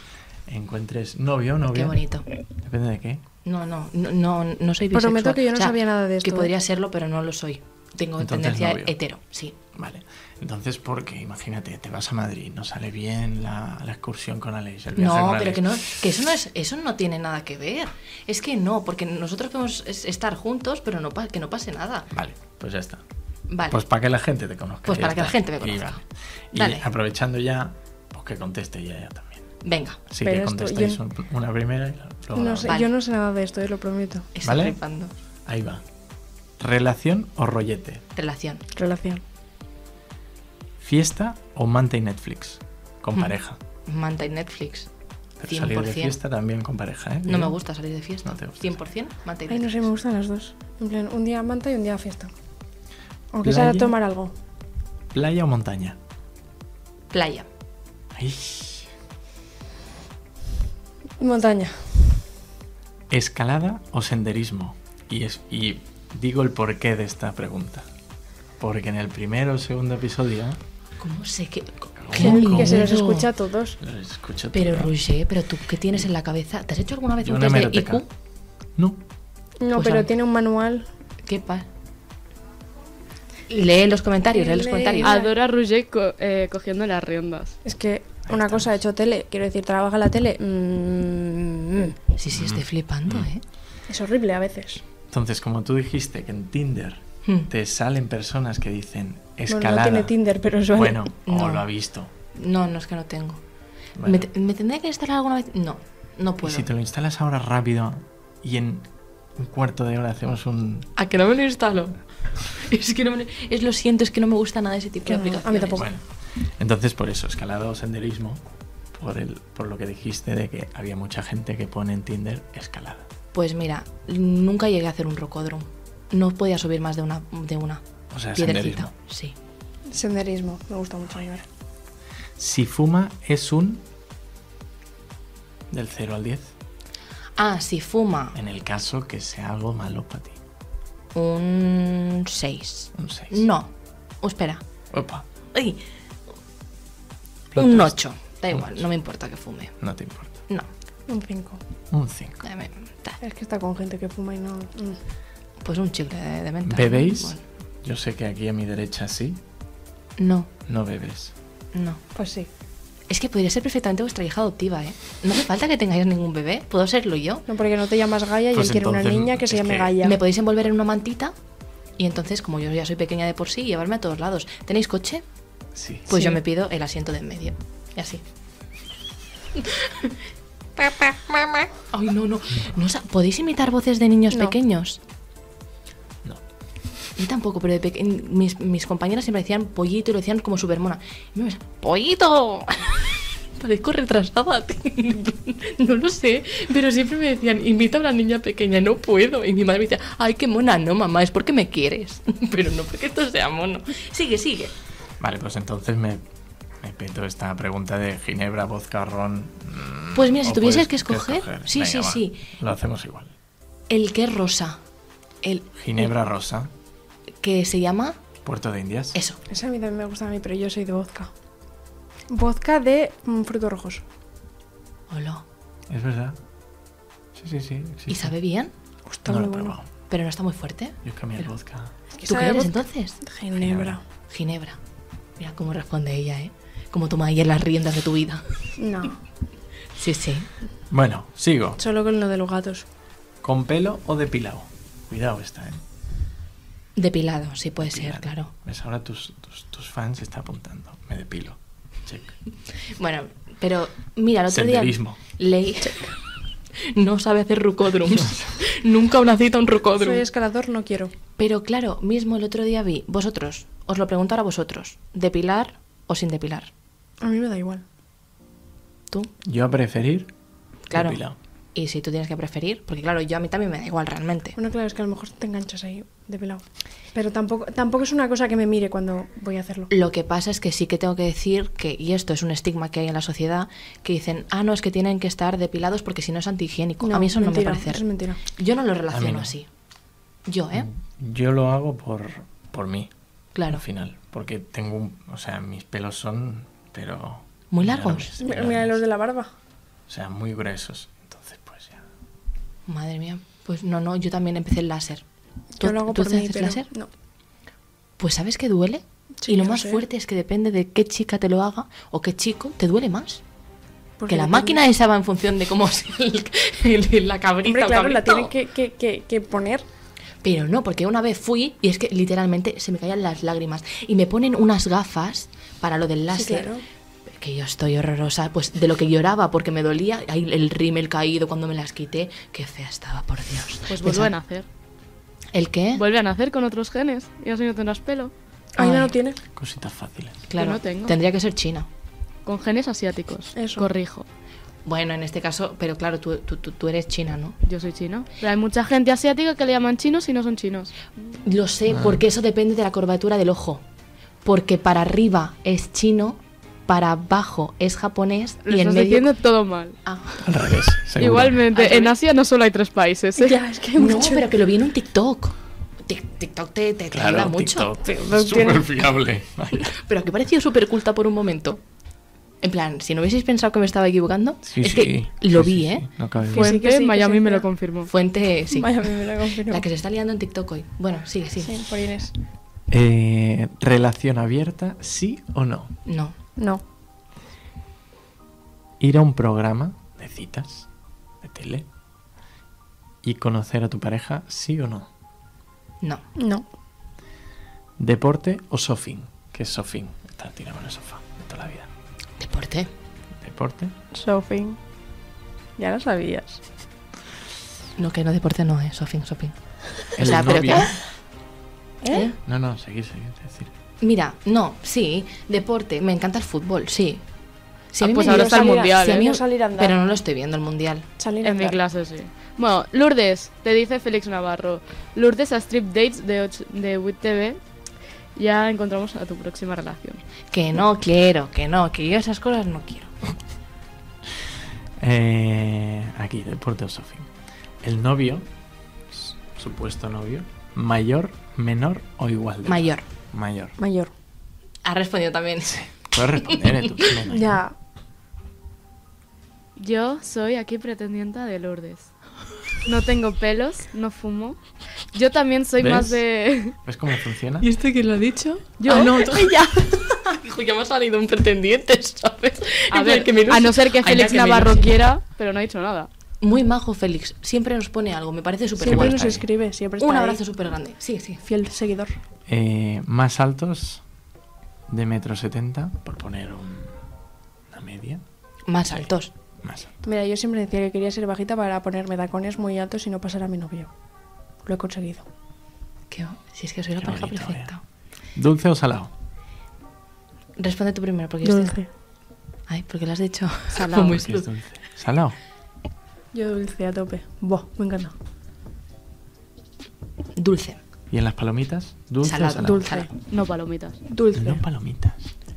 Speaker 5: encuentres novio o novia.
Speaker 3: Qué bonito.
Speaker 5: Depende de qué.
Speaker 3: No, no, no, no, no soy bisexual.
Speaker 2: Prometo que yo no sabía nada de
Speaker 3: Que
Speaker 2: esto,
Speaker 3: podría
Speaker 2: ¿eh?
Speaker 3: serlo, pero no lo soy. Tengo
Speaker 5: Entonces,
Speaker 3: tendencia
Speaker 5: novio.
Speaker 3: hetero, sí.
Speaker 5: Vale. Entonces, porque imagínate, te vas a Madrid, no sale bien la, la excursión con Aleix, el viaje
Speaker 3: No,
Speaker 5: con
Speaker 3: pero
Speaker 5: Aleix.
Speaker 3: que no, que eso no es, eso no tiene nada que ver. Es que no, porque nosotros podemos es- estar juntos, pero no pa- que no pase nada.
Speaker 5: Vale, pues ya está.
Speaker 3: Vale.
Speaker 5: Pues para que la gente te conozca.
Speaker 3: Pues
Speaker 5: ya
Speaker 3: para que
Speaker 5: está.
Speaker 3: la gente me
Speaker 5: Y
Speaker 3: conozca.
Speaker 5: vale. Y,
Speaker 3: Dale.
Speaker 5: aprovechando ya, pues que conteste ya, ya también.
Speaker 3: Venga.
Speaker 5: Así
Speaker 2: Pero
Speaker 5: que
Speaker 2: esto-
Speaker 5: contestáis
Speaker 2: yo-
Speaker 5: un- una primera y luego la
Speaker 2: No
Speaker 5: otra.
Speaker 2: sé,
Speaker 3: Vale.
Speaker 2: Yo no sé nada de esto, eh, lo prometo.
Speaker 3: Estoy
Speaker 5: ¿Vale?
Speaker 3: flipando.
Speaker 5: Ahí va. ¿Relación o rollete?
Speaker 3: Relación.
Speaker 2: Relación.
Speaker 5: ¿Fiesta o manta y Netflix?
Speaker 3: Hmm.
Speaker 5: Con pareja.
Speaker 3: Manta y Netflix.
Speaker 5: Pero
Speaker 3: 100%.
Speaker 5: salir de fiesta también con pareja, ¿eh?
Speaker 3: No me gusta salir de fiesta.
Speaker 5: No te gusta.
Speaker 3: 100% manta y
Speaker 2: Ay, no sé,
Speaker 3: Netflix.
Speaker 2: me gustan las dos. En plan, un día manta y un día fiesta. Aunque sea
Speaker 5: Playa.
Speaker 2: tomar algo.
Speaker 5: ¿Playa o montaña?
Speaker 3: Playa.
Speaker 5: Ay.
Speaker 2: Montaña.
Speaker 5: ¿Escalada o senderismo? Y, es, y digo el porqué de esta pregunta. Porque en el primero o segundo episodio ¿eh?
Speaker 3: ¿Cómo sé que.?
Speaker 5: ¿Cómo?
Speaker 2: Que se los
Speaker 3: Claro.
Speaker 2: escucha a todos.
Speaker 5: lo escucho
Speaker 3: Pero
Speaker 5: todo.
Speaker 3: Roger, pero tú qué tienes en la cabeza? ¿Te has hecho alguna vez
Speaker 5: Yo
Speaker 3: un
Speaker 5: una
Speaker 3: test de
Speaker 5: hemeroteca.
Speaker 3: IQ?
Speaker 5: No.
Speaker 2: No,
Speaker 3: Pues
Speaker 2: pero
Speaker 3: a-
Speaker 2: tiene un manual.
Speaker 3: ¿Qué pasa? Lee los comentarios, lee los
Speaker 2: Lee.
Speaker 3: comentarios.
Speaker 2: Ah,
Speaker 1: Adora a Roger co- eh, cogiendo las riendas.
Speaker 2: Es que una cosa, he hecho tele, quiero decir, trabaja la tele. mm,
Speaker 3: Sí, sí, estoy flipando,
Speaker 5: Mm.
Speaker 3: ¿eh?
Speaker 2: es horrible a veces.
Speaker 5: Entonces, como tú dijiste que en Tinder
Speaker 3: Hmm.
Speaker 5: te salen personas que dicen
Speaker 2: Bueno,
Speaker 5: escalada.
Speaker 2: no tiene Tinder, pero es
Speaker 5: Bueno, o
Speaker 3: No.
Speaker 5: lo ha visto.
Speaker 3: No, no es que no tengo.
Speaker 5: Bueno.
Speaker 3: ¿Me, te- me tendría que instalar alguna vez? No, no
Speaker 5: Y
Speaker 3: puedo.
Speaker 5: si te lo instalas ahora rápido y en un cuarto de hora hacemos un...
Speaker 3: ¿A que no me lo instalo? [LAUGHS] es que no me lo... Es lo siento, es que no me gusta nada ese tipo
Speaker 2: Que
Speaker 3: de
Speaker 2: no, a mí
Speaker 3: aplicaciones.
Speaker 2: tampoco.
Speaker 5: Bueno, entonces por eso, escalada o senderismo, por, el, por lo que dijiste de que había mucha gente que pone en Tinder escalada.
Speaker 3: Pues mira, nunca llegué a hacer un rocódromo. No podía subir más de una, de una
Speaker 5: O sea,
Speaker 3: piedrecita.
Speaker 5: senderismo.
Speaker 3: Sí.
Speaker 2: Senderismo, me gusta mucho a mí, ahora.
Speaker 5: Si fuma es un... Del 0 al 10,
Speaker 3: Ah, si fuma
Speaker 5: en el caso que sea algo malo para ti.
Speaker 3: un 6.
Speaker 5: Un 6.
Speaker 3: No, espera.
Speaker 5: Opa,
Speaker 3: Ay,
Speaker 5: plot
Speaker 3: un
Speaker 5: twist.
Speaker 3: 8. Da igual, no me importa que fume.
Speaker 5: No te importa.
Speaker 3: No.
Speaker 2: Un 5.
Speaker 5: Un 5.
Speaker 3: Eh, me- ta.
Speaker 2: Es que está con gente que fuma y no.
Speaker 3: Pues un chicle de, de menta.
Speaker 5: ¿Bebéis?
Speaker 3: Bueno,
Speaker 5: Yo sé que aquí a mi derecha sí,
Speaker 3: no,
Speaker 5: no bebes.
Speaker 3: no.
Speaker 2: Pues sí.
Speaker 3: Es que podría ser perfectamente vuestra hija adoptiva, ¿eh? No hace falta que tengáis ningún bebé, puedo serlo yo.
Speaker 2: No, porque no te llamas Gaia y
Speaker 5: Pues
Speaker 2: él quiere una
Speaker 5: entonces,
Speaker 2: niña que se
Speaker 5: es
Speaker 2: llame
Speaker 5: que-
Speaker 2: Gaia.
Speaker 3: Me podéis envolver en una mantita y entonces, como yo ya soy pequeña de por sí, llevarme a todos lados. ¿Tenéis coche?
Speaker 5: Sí.
Speaker 3: Pues
Speaker 2: Sí.
Speaker 3: yo me pido el asiento de en medio. Y así. Papá, mamá. Ay, no, no. no sa- ¿Podéis imitar voces de niños
Speaker 2: No.
Speaker 3: pequeños?
Speaker 5: No.
Speaker 3: Yo tampoco, pero de peque- mis, mis compañeras siempre decían pollito y lo decían como supermona. Y me pensaba, ¡Pollito! [LAUGHS]
Speaker 4: Parezco retrasada. no lo sé, pero siempre me decían, invita a una niña pequeña, no puedo. Y mi madre me decía, ay, qué mona, no, mamá, es porque me quieres.
Speaker 3: [LAUGHS]
Speaker 4: pero no porque esto sea mono.
Speaker 3: Sigue, sigue.
Speaker 5: Vale, pues entonces me, me peto esta pregunta de Ginebra, vodka, ron. mm,
Speaker 3: Pues mira, si
Speaker 5: o
Speaker 3: tuvieses
Speaker 5: puedes
Speaker 3: que escoger, sí, sí,
Speaker 5: va,
Speaker 3: sí.
Speaker 5: Lo hacemos igual.
Speaker 3: El que es rosa. El Eh.
Speaker 5: Ginebra rosa,
Speaker 3: que se llama...
Speaker 5: Puerto de Indias.
Speaker 3: Eso.
Speaker 2: Esa a mí también me gusta a mí, pero yo soy de vodka. Vodka de mm, frutos rojos.
Speaker 3: Hola.
Speaker 5: Es verdad. Sí, sí, sí. existe.
Speaker 3: ¿Y sabe bien?
Speaker 2: Está
Speaker 5: No
Speaker 2: muy
Speaker 5: lo he
Speaker 2: bueno.
Speaker 5: probado.
Speaker 3: Pero no está muy fuerte.
Speaker 5: Yo es que a mí el vodka.
Speaker 3: ¿Tú qué eres entonces?
Speaker 2: Ginebra.
Speaker 3: Ginebra. Mira cómo responde ella, ¿eh? Cómo toma ella las riendas de tu vida.
Speaker 5: [LAUGHS]
Speaker 2: No,
Speaker 3: Sí, sí.
Speaker 5: Bueno, sigo.
Speaker 2: solo con lo de los gatos.
Speaker 5: ¿Con pelo o depilado? Cuidado esta, ¿eh?
Speaker 3: Depilado, sí puede ser,
Speaker 5: Depilado.
Speaker 3: claro.
Speaker 5: ¿Ves? Ahora tus, tus, tus fans se está apuntando. Me depilo. Check.
Speaker 3: Bueno, pero mira, el otro
Speaker 5: Senderismo.
Speaker 3: día
Speaker 5: [LAUGHS]
Speaker 3: leí...
Speaker 4: No sabe hacer rucodrums.
Speaker 3: [LAUGHS]
Speaker 4: Nunca una cita a un rucodrum.
Speaker 2: Soy escalador, no quiero.
Speaker 3: Pero claro, mismo el otro día vi, vosotros, os lo pregunto ahora a vosotros, ¿depilar o sin depilar?
Speaker 2: A mí me da igual.
Speaker 3: ¿Tú?
Speaker 5: Yo a preferir
Speaker 3: Claro.
Speaker 5: depilado.
Speaker 3: Y si tú tienes que preferir, porque claro, yo a mí también me da igual realmente.
Speaker 2: Bueno, claro, es que a lo mejor te enganchas ahí, de pelado. Pero tampoco, tampoco es una cosa que me mire cuando voy a hacerlo.
Speaker 3: Lo que pasa es que sí que tengo que decir que, y esto es un estigma que hay en la sociedad, que dicen, ah, no, es que tienen que estar depilados porque si no es antihigiénico. a mí eso
Speaker 2: mentira,
Speaker 3: no me parece.
Speaker 2: Es mentira.
Speaker 3: Yo no lo relaciono
Speaker 5: no. Mm,
Speaker 3: así. Yo, ¿eh?
Speaker 5: Yo lo hago por, por mí.
Speaker 3: Claro.
Speaker 5: Al final. Porque tengo un. O sea, mis pelos son. Pero.
Speaker 3: Muy largos.
Speaker 5: enormes,
Speaker 2: Mira,
Speaker 5: enormes.
Speaker 2: los de la barba.
Speaker 5: O sea, muy gruesos. Entonces, pues ya.
Speaker 3: Madre mía. Pues no, no, yo también empecé el láser.
Speaker 2: Yo lo hago
Speaker 3: tú
Speaker 2: por
Speaker 3: te
Speaker 2: mí,
Speaker 3: haces
Speaker 2: pero
Speaker 3: láser?
Speaker 2: no.
Speaker 3: Pues ¿sabes que duele?
Speaker 2: Sí,
Speaker 3: y lo
Speaker 2: yo
Speaker 3: más
Speaker 2: sé.
Speaker 3: fuerte es que depende de qué chica te lo haga o qué chico, te duele más.
Speaker 2: Porque
Speaker 3: Que la
Speaker 2: depende-
Speaker 3: máquina esa va en función de cómo es el- el- [LAUGHS] la cabrita
Speaker 2: Hombre,
Speaker 3: o
Speaker 2: claro, la tienen
Speaker 3: cabrito.
Speaker 2: que, que, que, que poner.
Speaker 3: Pero no, porque una vez fui y es que literalmente se me caían las lágrimas y me ponen unas gafas para lo del láser.
Speaker 2: claro.
Speaker 3: Que yo estoy horrorosa, pues de lo que lloraba porque me dolía, ahí el rímel caído cuando me las quité, qué fea estaba, por Dios.
Speaker 1: Pues
Speaker 3: Pensaba-
Speaker 1: vuelve a nacer.
Speaker 3: ¿El qué?
Speaker 1: Vuelve a nacer con otros genes. Y así no tendrás pelo.
Speaker 2: Ahí no
Speaker 3: Ay.
Speaker 2: lo tiene. [LAUGHS]
Speaker 5: Cositas fáciles.
Speaker 3: claro,
Speaker 1: no tengo.
Speaker 3: tendría que ser China.
Speaker 1: Con genes asiáticos.
Speaker 2: Eso.
Speaker 1: Corrijo.
Speaker 3: Bueno, en este caso, pero claro, tú, tú- tú- tú eres china, ¿no?
Speaker 1: Yo soy chino. Pero hay mucha gente asiática que le llaman chinos y no son chinos.
Speaker 3: Lo sé, porque eso depende de la curvatura del ojo. Porque para arriba es chino, para abajo es japonés
Speaker 1: Lo
Speaker 3: y en
Speaker 1: estás
Speaker 3: medio...
Speaker 1: diciendo todo mal.
Speaker 3: Ah.
Speaker 5: Al revés. seguro.
Speaker 1: Igualmente, en Asia no solo hay tres países. ¿eh?
Speaker 2: Ah, [LAUGHS] Ya, es que hay
Speaker 3: [LAUGHS] No,
Speaker 2: mucho.
Speaker 3: pero que lo vi en un TikTok. Tic- TikTok te, te, te ayuda
Speaker 5: Claro,
Speaker 3: mucho.
Speaker 5: TikTok.
Speaker 2: [LAUGHS]
Speaker 5: Súper fiable. Vaya.
Speaker 3: Pero que pareció súper culta por un momento. En plan, si no hubieseis pensado que me estaba equivocando,
Speaker 5: Sí,
Speaker 3: es
Speaker 5: sí.
Speaker 3: que lo
Speaker 5: Sí,
Speaker 3: vi,
Speaker 5: sí,
Speaker 3: ¿eh?
Speaker 5: sí. No cabe duda.
Speaker 1: Fuente,
Speaker 2: que sí, que
Speaker 1: Miami
Speaker 2: sí,
Speaker 1: me
Speaker 2: ya.
Speaker 1: lo confirmó.
Speaker 3: Fuente, sí.
Speaker 2: Vaya, me lo confirmo.
Speaker 3: La que se está liando en TikTok hoy. Bueno, sigue, sigue.
Speaker 2: Sí, por Inés.
Speaker 5: Eh, ¿Relación abierta, sí o no?
Speaker 3: No.
Speaker 2: No.
Speaker 5: Ir a un programa de citas, de tele, y conocer a tu pareja, sí o no.
Speaker 3: No.
Speaker 2: No.
Speaker 5: ¿Deporte o sofín? ¿Qué es sofín? Está tirado en el sofá de toda la vida.
Speaker 3: Deporte.
Speaker 5: ¿Deporte?
Speaker 2: Shopping. Ya lo sabías.
Speaker 3: No, que no deporte no es, Sofín, Sofín.
Speaker 5: ¿El
Speaker 3: sea, pero
Speaker 5: novio?
Speaker 3: ¿Eh?
Speaker 5: No, no, seguir, seguir. es decir,
Speaker 3: Mira, no, sí, deporte, me encanta el fútbol, sí. Si a
Speaker 1: Ah,
Speaker 3: mí
Speaker 1: pues
Speaker 3: me
Speaker 1: ahora
Speaker 3: dio-
Speaker 1: está el
Speaker 3: si a mí-
Speaker 1: mundial,
Speaker 3: si a
Speaker 1: ¿eh?
Speaker 3: mí-
Speaker 2: No salir a andar.
Speaker 3: Pero no lo estoy viendo el mundial.
Speaker 2: Salir a
Speaker 1: En mi
Speaker 2: andar.
Speaker 1: clase, sí. Bueno, Lourdes, te dice Félix Navarro. Lourdes a Strip Dates de, och- de WIT TV. Ya encontramos a tu próxima relación.
Speaker 3: Que no quiero, que no, que yo esas cosas no quiero.
Speaker 5: eh, aquí, deporte o sofín. ¿El novio, s- supuesto novio, mayor, menor o igual? de edad?
Speaker 3: Mayor.
Speaker 5: Mayor.
Speaker 2: Mayor.
Speaker 3: [LAUGHS] Ha respondido también. [LAUGHS]
Speaker 5: Puedes responder, ¿eh? Tú, sí, no, no.
Speaker 2: Ya.
Speaker 1: Yo soy aquí pretendienta de Lourdes. No tengo pelos, no fumo. Yo también soy
Speaker 5: ¿Ves?
Speaker 1: más de.
Speaker 5: ¿Ves cómo funciona?
Speaker 4: ¿Y este quién lo ha dicho?
Speaker 1: Yo.
Speaker 4: Ah, no, tú- Dijo, ya me ha salido un
Speaker 3: [LAUGHS]
Speaker 4: pretendiente, ¿sabes? [LAUGHS]
Speaker 1: A
Speaker 4: Y mira,
Speaker 1: ver,
Speaker 4: que me ilusi-
Speaker 1: a no ser que
Speaker 4: Ay,
Speaker 1: Félix
Speaker 4: mira, que me
Speaker 1: Navarro
Speaker 4: ilusi-
Speaker 1: quiera, pero no ha dicho nada.
Speaker 3: Muy majo Félix, siempre nos pone algo, me parece súper
Speaker 2: Siempre
Speaker 3: guay.
Speaker 5: bueno
Speaker 2: nos
Speaker 5: está ahí.
Speaker 2: escribe, siempre está
Speaker 3: Un
Speaker 2: ahí.
Speaker 3: abrazo súper grande, sí, sí.
Speaker 2: Fiel seguidor.
Speaker 5: Eh, más altos de metro setenta, por poner un- una media.
Speaker 3: Más altos.
Speaker 5: Más alto.
Speaker 2: Mira, yo siempre decía que quería ser bajita para ponerme tacones muy altos y no pasar a mi novio. Lo he conseguido.
Speaker 3: Qué- si es que soy la
Speaker 5: Qué
Speaker 3: pareja
Speaker 5: bonito,
Speaker 3: perfecta.
Speaker 5: ¿Dulce o salado?
Speaker 3: Responde tú primero, porque yo estoy-
Speaker 2: Dulce.
Speaker 3: Ay, porque lo has dicho.
Speaker 4: Salado.
Speaker 3: Como
Speaker 5: ¿Qué es
Speaker 3: es-
Speaker 5: dulce? ¿Salado?
Speaker 2: Yo dulce a tope. Buah, me encanta.
Speaker 3: Dulce.
Speaker 5: ¿Y en las palomitas? ¿Dulce o
Speaker 3: Salado.
Speaker 5: salado?
Speaker 2: Dulce.
Speaker 3: Salado.
Speaker 1: No palomitas.
Speaker 2: Dulce.
Speaker 5: No palomitas.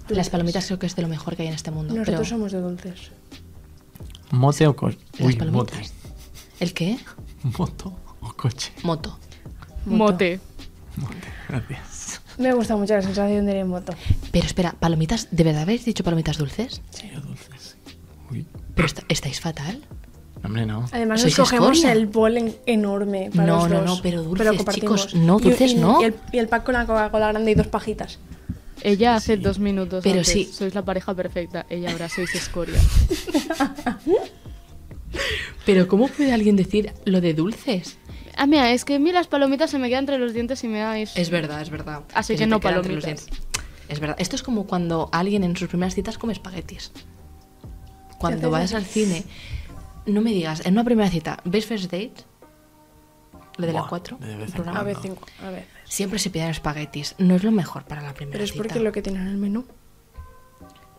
Speaker 3: Las palomitas creo que es de lo mejor que hay en este mundo.
Speaker 2: Nosotros
Speaker 3: pero
Speaker 2: somos de dulces.
Speaker 5: ¿Mote o coche?
Speaker 3: las
Speaker 5: Uy,
Speaker 3: palomitas. ¿El qué?
Speaker 5: mote. ¿Moto o coche?
Speaker 3: Moto.
Speaker 1: Mote.
Speaker 5: Mote, gracias.
Speaker 2: Me gusta mucho la sensación de ir en moto.
Speaker 3: Pero espera, palomitas, ¿de verdad habéis dicho palomitas dulces?
Speaker 5: Yo dulces. Uy.
Speaker 3: Pero est- estáis fatal.
Speaker 5: Hombre, no.
Speaker 2: Además,
Speaker 3: Sois
Speaker 2: nos cogemos
Speaker 3: escoria.
Speaker 2: el bol en- enorme para
Speaker 3: No,
Speaker 2: los
Speaker 3: no,
Speaker 2: dos,
Speaker 3: no, pero dulces,
Speaker 2: compartimos.
Speaker 3: chicos, no,
Speaker 2: Y-
Speaker 3: dulces
Speaker 2: y-
Speaker 3: no.
Speaker 2: Y el, y el pack con la Coca-Cola grande y dos pajitas.
Speaker 1: Ella hace dos minutos.
Speaker 3: Pero
Speaker 1: antes,
Speaker 3: sí.
Speaker 1: Sois la pareja perfecta. Ella ahora [LAUGHS] sois escoria.
Speaker 3: Pero ¿cómo puede alguien decir lo de dulces?
Speaker 1: Ah, mira, es que a mí las palomitas se me quedan entre los dientes y me dais.
Speaker 3: Es verdad, es verdad. se
Speaker 1: Así que
Speaker 3: te
Speaker 1: no
Speaker 3: queda entre los
Speaker 1: palomitas.
Speaker 3: dientes. Es verdad. Esto es como cuando alguien en sus primeras citas come espaguetis. Cuando vas al cine, no me digas, en una primera cita, ¿ves First Date? Lo de la
Speaker 5: Buah,
Speaker 3: 4.
Speaker 5: de vez en
Speaker 2: A
Speaker 5: Ah,
Speaker 2: veces,
Speaker 5: no.
Speaker 2: cinco, a veces.
Speaker 3: Siempre se piden espaguetis. No es lo mejor para la primera
Speaker 2: Pero es
Speaker 3: cita.
Speaker 2: porque lo que tienen en el menú.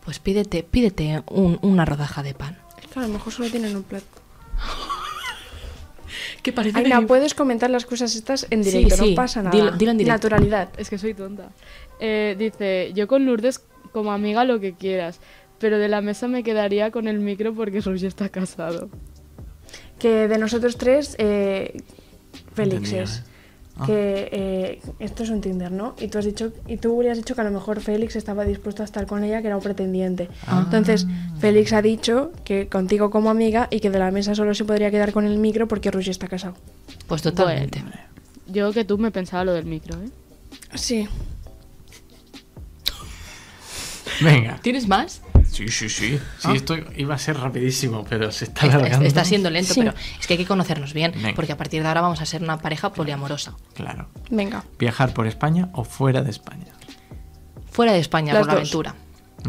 Speaker 3: Pues pídete, pídete un- una rodaja de pan.
Speaker 2: Es que a lo mejor solo tienen un plato.
Speaker 3: Que parece
Speaker 2: Aina, puedes comentar las cosas estas en
Speaker 3: Sí,
Speaker 2: directo,
Speaker 3: sí.
Speaker 2: no pasa nada.
Speaker 3: Dilo- dilo en directo.
Speaker 2: Naturalidad.
Speaker 1: Es que soy tonta. Eh, dice, yo con Lourdes como amiga lo que quieras, pero de la mesa me quedaría con el micro porque Roger está casado.
Speaker 2: Que de nosotros tres, eh, Félix
Speaker 5: Entendido,
Speaker 2: es.
Speaker 5: ¿eh? Ah.
Speaker 2: Que eh, esto es un Tinder, ¿no? Y tú has dicho, y tú le has dicho que a lo mejor Félix estaba dispuesto a estar con ella, que era un pretendiente.
Speaker 5: Ah.
Speaker 2: Entonces, Félix ha dicho que contigo como amiga y que de la mesa solo se podría quedar con el micro porque Rushi está casado.
Speaker 3: Pues totalmente.
Speaker 1: Yo que tú me pensaba lo del micro, ¿eh?
Speaker 2: Sí.
Speaker 5: Venga. Ah.
Speaker 3: ¿Tienes más?
Speaker 5: Sí, sí, sí. Sí, esto iba a ser rapidísimo, pero se está
Speaker 3: Está,
Speaker 5: alargando.
Speaker 3: está siendo lento,
Speaker 2: Sí.
Speaker 3: pero es que hay que conocernos bien,
Speaker 5: Venga.
Speaker 3: porque a partir de ahora vamos a ser una pareja poliamorosa.
Speaker 5: Claro.
Speaker 2: Venga.
Speaker 5: ¿Viajar por España o fuera de España?
Speaker 3: Fuera de España,
Speaker 2: Las
Speaker 3: por la
Speaker 2: dos.
Speaker 3: aventura.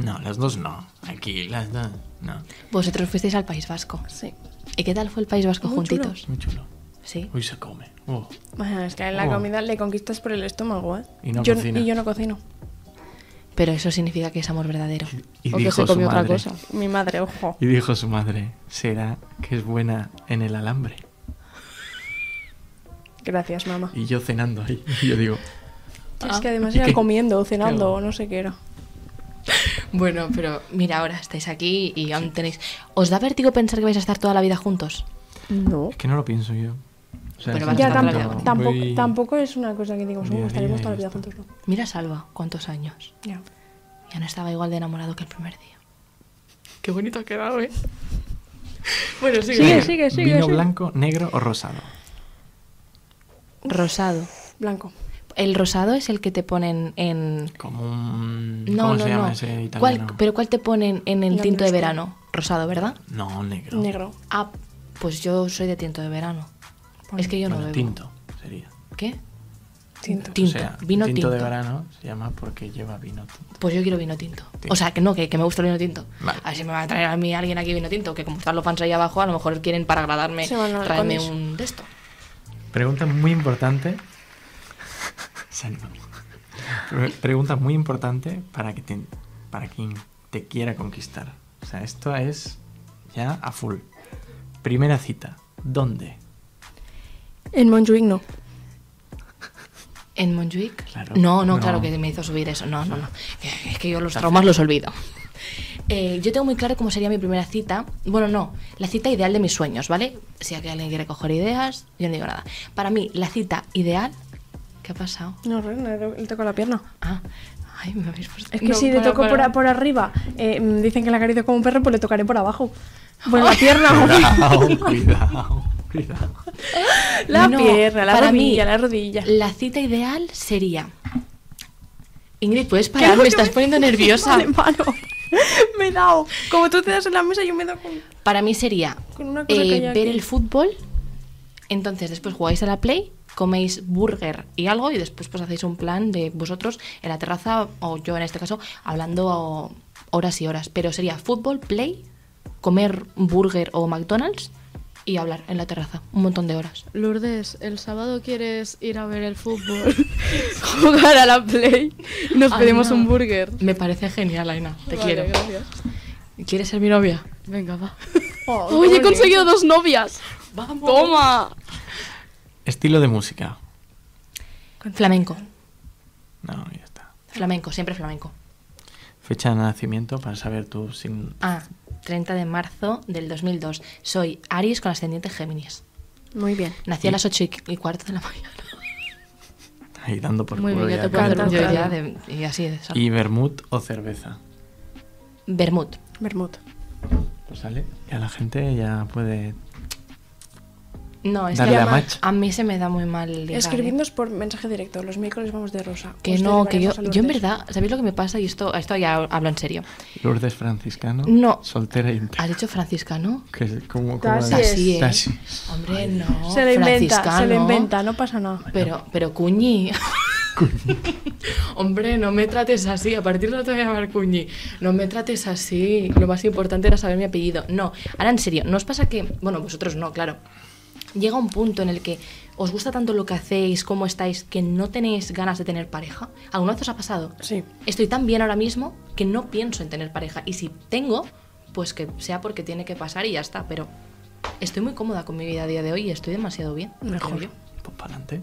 Speaker 5: No, las dos no. Aquí, las dos. No.
Speaker 3: Vosotros fuisteis al País Vasco.
Speaker 2: Sí.
Speaker 3: ¿Y qué tal fue el País Vasco
Speaker 2: Muy
Speaker 3: juntitos?
Speaker 5: Muy chulo.
Speaker 3: Sí.
Speaker 5: Uy, se come. Oh.
Speaker 2: Bueno, es que en la
Speaker 5: Oh.
Speaker 2: comida le conquistas por el estómago, ¿eh?
Speaker 5: Y no
Speaker 2: yo,
Speaker 5: cocina.
Speaker 2: Y yo no cocino.
Speaker 3: Pero eso significa que es amor verdadero.
Speaker 5: Y
Speaker 1: o que se comió otra
Speaker 5: madre-
Speaker 1: cosa.
Speaker 2: Mi madre, ojo.
Speaker 5: Y dijo su madre, será que es buena en el alambre.
Speaker 2: Gracias, mamá.
Speaker 5: Y yo cenando ahí. [LAUGHS] Y yo digo,
Speaker 2: Es que además
Speaker 5: ¿Y
Speaker 2: era
Speaker 5: qué?
Speaker 2: comiendo o cenando
Speaker 5: Claro.
Speaker 2: o no sé qué era.
Speaker 3: Bueno, pero mira, ahora estáis aquí y aún tenéis. ¿Os da vértigo pensar que vais a estar toda la vida juntos?
Speaker 2: No.
Speaker 5: es que no lo pienso yo. O sea,
Speaker 3: Pero
Speaker 5: es
Speaker 2: Ya,
Speaker 3: Ya,
Speaker 5: un
Speaker 3: tampoco-
Speaker 5: tanto-
Speaker 2: tampoco, tampoco,
Speaker 5: voy-
Speaker 2: tampoco es una cosa que digamos,
Speaker 5: día a
Speaker 2: "Uh, estaremos
Speaker 5: día
Speaker 2: toda
Speaker 5: y
Speaker 2: la vida
Speaker 5: ya
Speaker 2: juntos, ¿no?
Speaker 3: Mira, a Salva, cuántos años.
Speaker 2: Ya.
Speaker 3: Ya no estaba igual de enamorado que el primer día.
Speaker 4: Qué bonito ha quedado, ¿eh? Bueno, sigue.
Speaker 2: Sigue,
Speaker 5: Venga,
Speaker 2: sigue, sigue,
Speaker 5: ¿Vino
Speaker 2: sigue.
Speaker 5: blanco, negro o rosado?
Speaker 3: Rosado.
Speaker 2: Blanco.
Speaker 3: El rosado es el que te ponen en.
Speaker 5: Como un...
Speaker 3: No,
Speaker 5: ¿Cómo
Speaker 3: no,
Speaker 5: se llama
Speaker 3: no.
Speaker 5: ese
Speaker 3: ¿Cuál-
Speaker 5: italiano?
Speaker 3: ¿Pero cuál te ponen en el
Speaker 2: La
Speaker 3: tinto de
Speaker 2: nuestra.
Speaker 3: verano? Rosado, ¿verdad?
Speaker 5: No, negro.
Speaker 2: Negro.
Speaker 3: Ah, pues yo soy de tinto de verano. Es que yo no
Speaker 5: Bueno,
Speaker 3: bebo.
Speaker 5: tinto sería.
Speaker 3: ¿Qué?
Speaker 2: Tinto.
Speaker 3: Tinto.
Speaker 5: O sea,
Speaker 3: vino tinto.
Speaker 5: tinto. de verano se llama porque lleva vino tinto.
Speaker 3: Pues yo quiero vino tinto.
Speaker 5: Tinto.
Speaker 3: O sea, que no, que, que me gusta el vino tinto.
Speaker 5: Vale.
Speaker 3: A ver si me va a traer a mí alguien aquí vino tinto, que como están los fans ahí abajo, a lo mejor quieren para agradarme
Speaker 2: Se van a-
Speaker 3: traerme
Speaker 2: con eso.
Speaker 3: un de esto.
Speaker 5: Pregunta muy importante. Se animó. Pre- Pregunta muy importante para que te, para quien te quiera conquistar. O sea, esto es ya a full. Primera cita. ¿Dónde?
Speaker 2: En Montjuic no.
Speaker 3: ¿En Montjuic?
Speaker 5: Claro.
Speaker 3: No, no,
Speaker 5: No.
Speaker 3: claro que me hizo subir eso. No, no, no. Que- Es que yo los traumas los olvido. [LAUGHS] Eh, yo tengo muy claro cómo sería mi primera cita. Bueno, no, la cita ideal de mis sueños, ¿vale? Si aquí alguien quiere coger ideas, yo no digo nada. Para mí, la cita ideal. ¿Qué ha pasado?
Speaker 2: No, Ren, le to- le toco la pierna.
Speaker 3: Ah,
Speaker 4: Ay, me habéis puesto.
Speaker 2: Es que
Speaker 4: No,
Speaker 2: si le
Speaker 4: para,
Speaker 2: toco por,
Speaker 4: para.
Speaker 2: a- por arriba, eh, mm, dicen que la acaricio como un perro, pues le tocaré por abajo. Por Pues la pierna.
Speaker 3: [LAUGHS]
Speaker 5: Cuidado, cuidado, cuidado.
Speaker 2: la
Speaker 3: No,
Speaker 2: pierna, la
Speaker 3: para mí.
Speaker 2: rodilla, la rodilla.
Speaker 3: La cita ideal sería. Ingrid, ¿puedes parar? Me estás poniendo
Speaker 2: [LAUGHS]
Speaker 3: nerviosa.
Speaker 2: Vale, paro. [LAUGHS] me he dado. Como tú te das en la mesa, yo me he dado con...
Speaker 3: Para mí sería
Speaker 2: Con una cosa
Speaker 3: eh,
Speaker 2: que hay aquí.
Speaker 3: ver el fútbol, entonces después jugáis a la Play, coméis burger y algo y después pues hacéis un plan de vosotros en la terraza o yo en este caso hablando horas y horas. Pero sería fútbol, Play, comer burger o McDonald's y hablar en la terraza un montón de horas.
Speaker 1: Lourdes, el sábado quieres ir a ver el fútbol, [LAUGHS] jugar a la play y nos pedimos un burger.
Speaker 4: Me parece genial, Aina. Te
Speaker 1: Vale,
Speaker 4: quiero.
Speaker 1: gracias.
Speaker 4: ¿Quieres ser mi novia?
Speaker 1: Venga, va.
Speaker 2: Oh, qué
Speaker 1: Oye, he
Speaker 2: bonito.
Speaker 1: conseguido dos novias.
Speaker 4: Vamos.
Speaker 1: ¡Toma!
Speaker 5: Estilo de música.
Speaker 3: Flamenco,
Speaker 5: No, ya está.
Speaker 3: flamenco, siempre flamenco.
Speaker 5: Fecha de nacimiento para saber tu signo.
Speaker 3: Ah, 30 de marzo del 2002. Soy Aries con ascendiente Géminis.
Speaker 2: Muy bien.
Speaker 3: Nací a las 8 y cuarto de la mañana.
Speaker 5: Ahí dando por
Speaker 1: Muy
Speaker 5: culo
Speaker 1: bien, ya
Speaker 5: ya
Speaker 1: te
Speaker 5: con
Speaker 1: puedo hacer un
Speaker 5: el-
Speaker 3: Yo
Speaker 1: Claro.
Speaker 3: ya de- y así de esa-
Speaker 5: ¿Y vermut o cerveza?
Speaker 3: Bermud.
Speaker 2: Bermud.
Speaker 5: Pues sale. Ya la gente ya puede...
Speaker 3: No, es
Speaker 5: Darle
Speaker 3: que
Speaker 5: a
Speaker 3: a,
Speaker 5: match.
Speaker 3: mí se me da muy mal ligar, ¿eh?
Speaker 2: Escribidnos por mensaje directo. Los miércoles vamos de rosa.
Speaker 3: Que
Speaker 2: Os
Speaker 3: no, que yo,
Speaker 2: dedicaremos a los
Speaker 3: yo en
Speaker 2: besos.
Speaker 3: verdad, ¿sabéis lo que me pasa? Y esto, esto ya hablo en serio.
Speaker 5: Lourdes franciscano.
Speaker 3: No.
Speaker 5: Soltera y entera.
Speaker 3: ¿Has dicho franciscano?
Speaker 5: Que es como... como
Speaker 2: Casi
Speaker 5: la-
Speaker 2: es.
Speaker 3: Así es.
Speaker 5: Casi.
Speaker 3: Hombre, no.
Speaker 2: Se lo inventa, se
Speaker 3: franciscano.
Speaker 2: lo inventa, no pasa nada.
Speaker 3: Pero, pero cuñi.
Speaker 4: Hombre, no me trates así. A partir de ahora te voy a llamar Cuñi. No me trates así. Lo más importante era saber mi apellido.
Speaker 3: No, ahora en serio, ¿no os pasa que, bueno, vosotros no, claro, llega un punto en el que os gusta tanto lo que hacéis, cómo estáis, que no tenéis ganas de tener pareja? ¿Alguna vez os ha pasado?
Speaker 2: Sí.
Speaker 3: Estoy tan bien ahora mismo que no pienso en tener pareja. Y si tengo, pues que sea porque tiene que pasar y ya está. Pero estoy muy cómoda con mi vida a día de hoy y estoy demasiado bien. creo
Speaker 2: Mejor.
Speaker 3: yo.
Speaker 5: Pues para adelante.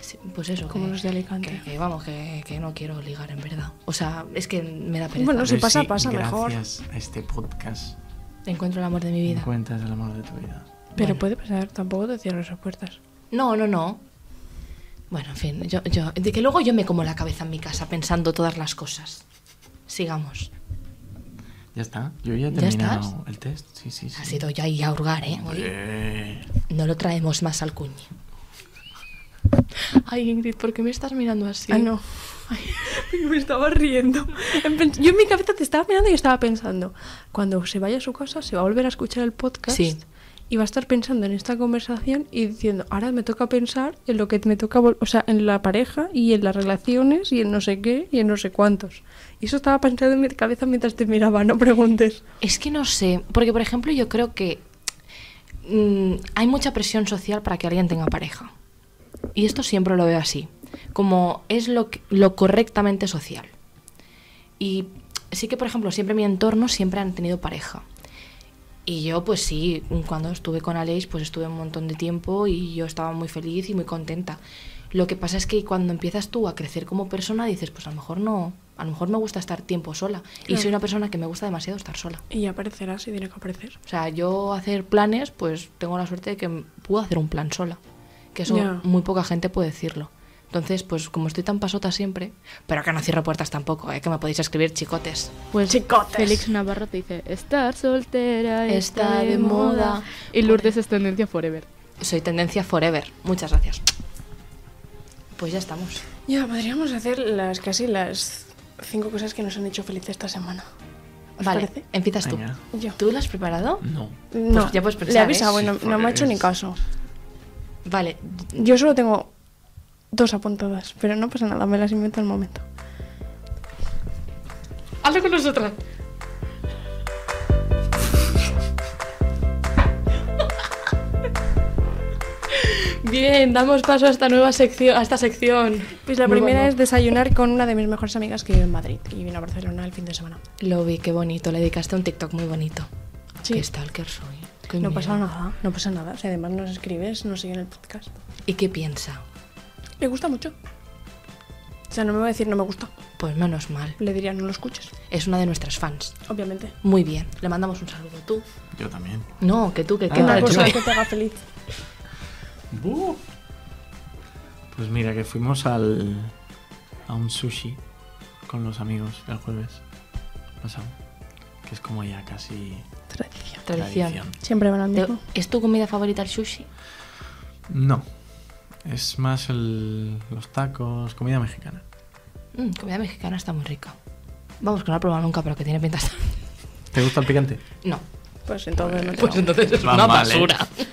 Speaker 3: Sí, Pues eso.
Speaker 2: Como
Speaker 3: que-
Speaker 2: los de Alicante.
Speaker 3: Que, que vamos, que, que no quiero ligar en verdad. O sea, es que me da pereza.
Speaker 2: Bueno, si
Speaker 5: Pero
Speaker 2: pasa,
Speaker 5: sí,
Speaker 2: pasa mejor.
Speaker 5: Gracias a este podcast
Speaker 3: Encuentro el amor de mi vida.
Speaker 5: encuentras el amor de tu vida.
Speaker 2: Pero
Speaker 3: Bueno.
Speaker 2: puede pasar, tampoco te cierres las puertas.
Speaker 3: No, no, no. Bueno, en fin, yo, yo, de que luego yo me como la cabeza en mi casa pensando todas las cosas. Sigamos.
Speaker 5: Ya está. Yo ya he
Speaker 3: ¿Ya
Speaker 5: terminado el test. Sí, sí, sí.
Speaker 3: Ha sido ya ahí a hurgar, ¿eh? Hoy
Speaker 5: Eh,
Speaker 3: no lo traemos más al cuñi.
Speaker 4: Ay, Ingrid, ¿por qué me estás mirando así?
Speaker 2: Ah, no. Ay, [LAUGHS] me estaba riendo. En pen- Yo en mi cabeza te estaba mirando y estaba pensando, cuando se vaya a su casa se va a volver a escuchar el podcast
Speaker 3: Sí.
Speaker 2: y va a estar pensando en esta conversación y diciendo, ahora me toca pensar en lo que me toca, vol- o sea, en la pareja y en las relaciones y en no sé qué y en no sé cuántos. Y eso estaba pensando en mi cabeza mientras te miraba, no preguntes.
Speaker 3: Es que no sé, porque por ejemplo yo creo que mm, hay mucha presión social para que alguien tenga pareja. Y esto siempre lo veo así, como es lo, que- lo correctamente social. Y sí que por ejemplo siempre en mi entorno siempre han tenido pareja. Y yo pues sí, cuando estuve con Aleix pues estuve un montón de tiempo y yo estaba muy feliz y muy contenta. Lo que pasa es que cuando empiezas tú a crecer como persona dices pues a lo mejor no, a lo mejor me gusta estar tiempo sola. Y
Speaker 2: Claro.
Speaker 3: soy una persona que me gusta demasiado estar sola.
Speaker 2: Y aparecerá si tiene que aparecer.
Speaker 3: O sea, yo hacer planes, pues tengo la suerte de que m- puedo hacer un plan sola. Que eso
Speaker 2: Ya.
Speaker 3: muy poca gente puede decirlo. Entonces, pues como estoy tan pasota siempre, pero que no cierro puertas tampoco, ¿eh? que me podéis escribir chicotes.
Speaker 1: Pues Félix Navarro te dice, estar soltera
Speaker 3: Está de moda".
Speaker 1: Y Lourdes es tendencia forever.
Speaker 3: Soy tendencia forever. Muchas gracias. Pues ya estamos.
Speaker 2: Ya, podríamos hacer las casi las cinco cosas que nos han hecho felices esta semana. ¿Os
Speaker 3: vale,
Speaker 2: parece?
Speaker 3: empiezas tú.
Speaker 5: venga.
Speaker 2: Yo.
Speaker 3: ¿Tú lo has preparado?
Speaker 5: No.
Speaker 2: No,
Speaker 3: ya puedes pensar,
Speaker 2: le he
Speaker 3: ¿eh?
Speaker 2: avisado, bueno,
Speaker 5: Sí,
Speaker 2: no me ha hecho ni
Speaker 5: es-
Speaker 2: caso.
Speaker 3: Vale,
Speaker 2: Yo solo tengo dos apuntadas, pero no pasa nada, me las invento al momento.
Speaker 4: Hazlo con nosotras. Bien, damos paso a esta nueva sección, a esta sección.
Speaker 2: Pues la
Speaker 4: Muy
Speaker 2: primera
Speaker 4: bueno.
Speaker 2: es desayunar con una de mis mejores amigas que vive en Madrid y vino a Barcelona el fin de semana.
Speaker 3: lo vi, qué bonito. Le dedicaste un TikTok muy bonito.
Speaker 2: Sí.
Speaker 3: Qué stalker soy. qué
Speaker 2: no
Speaker 3: miedo.
Speaker 2: pasa nada, no pasa nada. O sea, además nos escribes, nos siguen el podcast.
Speaker 3: ¿Y qué piensa?
Speaker 2: Le gusta mucho. O sea, no me va a decir no me gusta.
Speaker 3: Pues menos mal.
Speaker 2: Le diría no lo escuches,
Speaker 3: Es una de nuestras fans.
Speaker 2: obviamente.
Speaker 3: Muy bien, le mandamos un saludo. ¿Tú?
Speaker 5: Yo también.
Speaker 3: No, que tú, que
Speaker 5: Ah,
Speaker 3: qué
Speaker 2: Una
Speaker 5: yo-
Speaker 2: cosa que te haga feliz.
Speaker 5: Buh. Pues mira, que fuimos al, a un sushi con los amigos el jueves pasado. Que es como ya casi
Speaker 2: Tradición.
Speaker 3: Tradición.
Speaker 5: tradición.
Speaker 2: Siempre van al
Speaker 3: Te-
Speaker 2: mismo.
Speaker 3: ¿Es tu comida favorita el sushi?
Speaker 5: No. Es más el- los tacos, comida mexicana.
Speaker 3: Mm, comida mexicana está muy rica. Vamos, que no la he probado nunca, pero que tiene pinta de estar- [LAUGHS]
Speaker 5: ¿Te gusta el picante?
Speaker 3: No,
Speaker 2: Pues entonces no te
Speaker 3: pues entonces es
Speaker 5: va
Speaker 3: una
Speaker 5: mal, ¿eh?
Speaker 3: basura. [LAUGHS]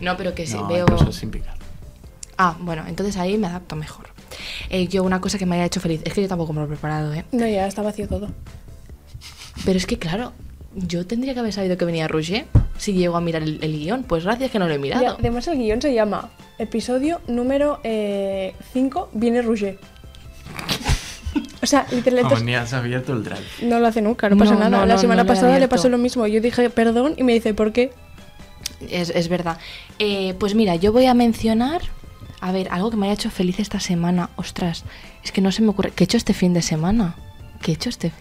Speaker 3: No, pero que sí,
Speaker 5: no, hay
Speaker 3: veo...
Speaker 5: cosas sin picar.
Speaker 3: Ah, bueno, entonces ahí me adapto mejor. Eh, yo una cosa que me haya hecho feliz, es que yo tampoco me lo he preparado, ¿eh?
Speaker 2: No, ya está vacío todo.
Speaker 3: Pero es que claro, yo tendría que haber sabido que venía Roger si llego a mirar el, el guión. Pues gracias que no lo he
Speaker 2: Y
Speaker 3: mirado.
Speaker 2: además el guión se llama Episodio número 5, viene Rouget. [LAUGHS] O sea, literalmente...
Speaker 5: Vamos, ni has abierto el drive.
Speaker 2: No lo hace nunca, no pasa
Speaker 3: No,
Speaker 2: nada.
Speaker 3: no,
Speaker 2: la
Speaker 3: no,
Speaker 2: semana
Speaker 3: no lo he
Speaker 2: pasada le
Speaker 3: abierto.
Speaker 2: pasó lo mismo. Yo dije perdón y me dice ¿por qué?
Speaker 3: Es, es verdad. Eh, pues mira, yo voy a mencionar, a ver, algo que me haya hecho feliz esta semana. Ostras, es que no se me ocurre. ¿Qué he hecho este fin de semana? ¿Qué he hecho este?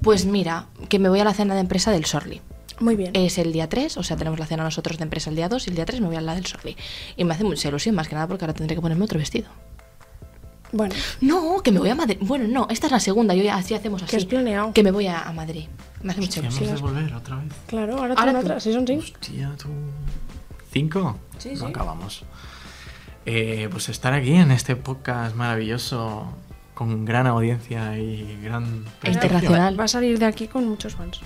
Speaker 3: Pues mira, que me voy a la cena de empresa del Sorli.
Speaker 2: Muy bien.
Speaker 3: Es el día 3, o sea, tenemos la cena nosotros de empresa el día 2 y el día 3 me voy a la del Sorli. Y me hace mucha ilusión, más que nada porque ahora tendré que ponerme otro vestido.
Speaker 2: bueno,
Speaker 3: No, que me voy a Madrid. Bueno, no, esta es la segunda, yo ya así hacemos así.
Speaker 2: has planeado?
Speaker 3: pues Que me voy a, a Madrid. Me hace mucha
Speaker 5: Hemos
Speaker 3: ilusión.
Speaker 5: de volver otra vez.
Speaker 2: claro, ahora,
Speaker 3: Ahora
Speaker 2: tú
Speaker 3: tú.
Speaker 2: otra. Sí, son sí.
Speaker 5: Hostia, tú. ¿Cinco? Sí, No acabamos. Eh, pues estar aquí en este podcast maravilloso con gran audiencia y gran.
Speaker 3: Internacional.
Speaker 2: Va a salir de aquí con muchos fans.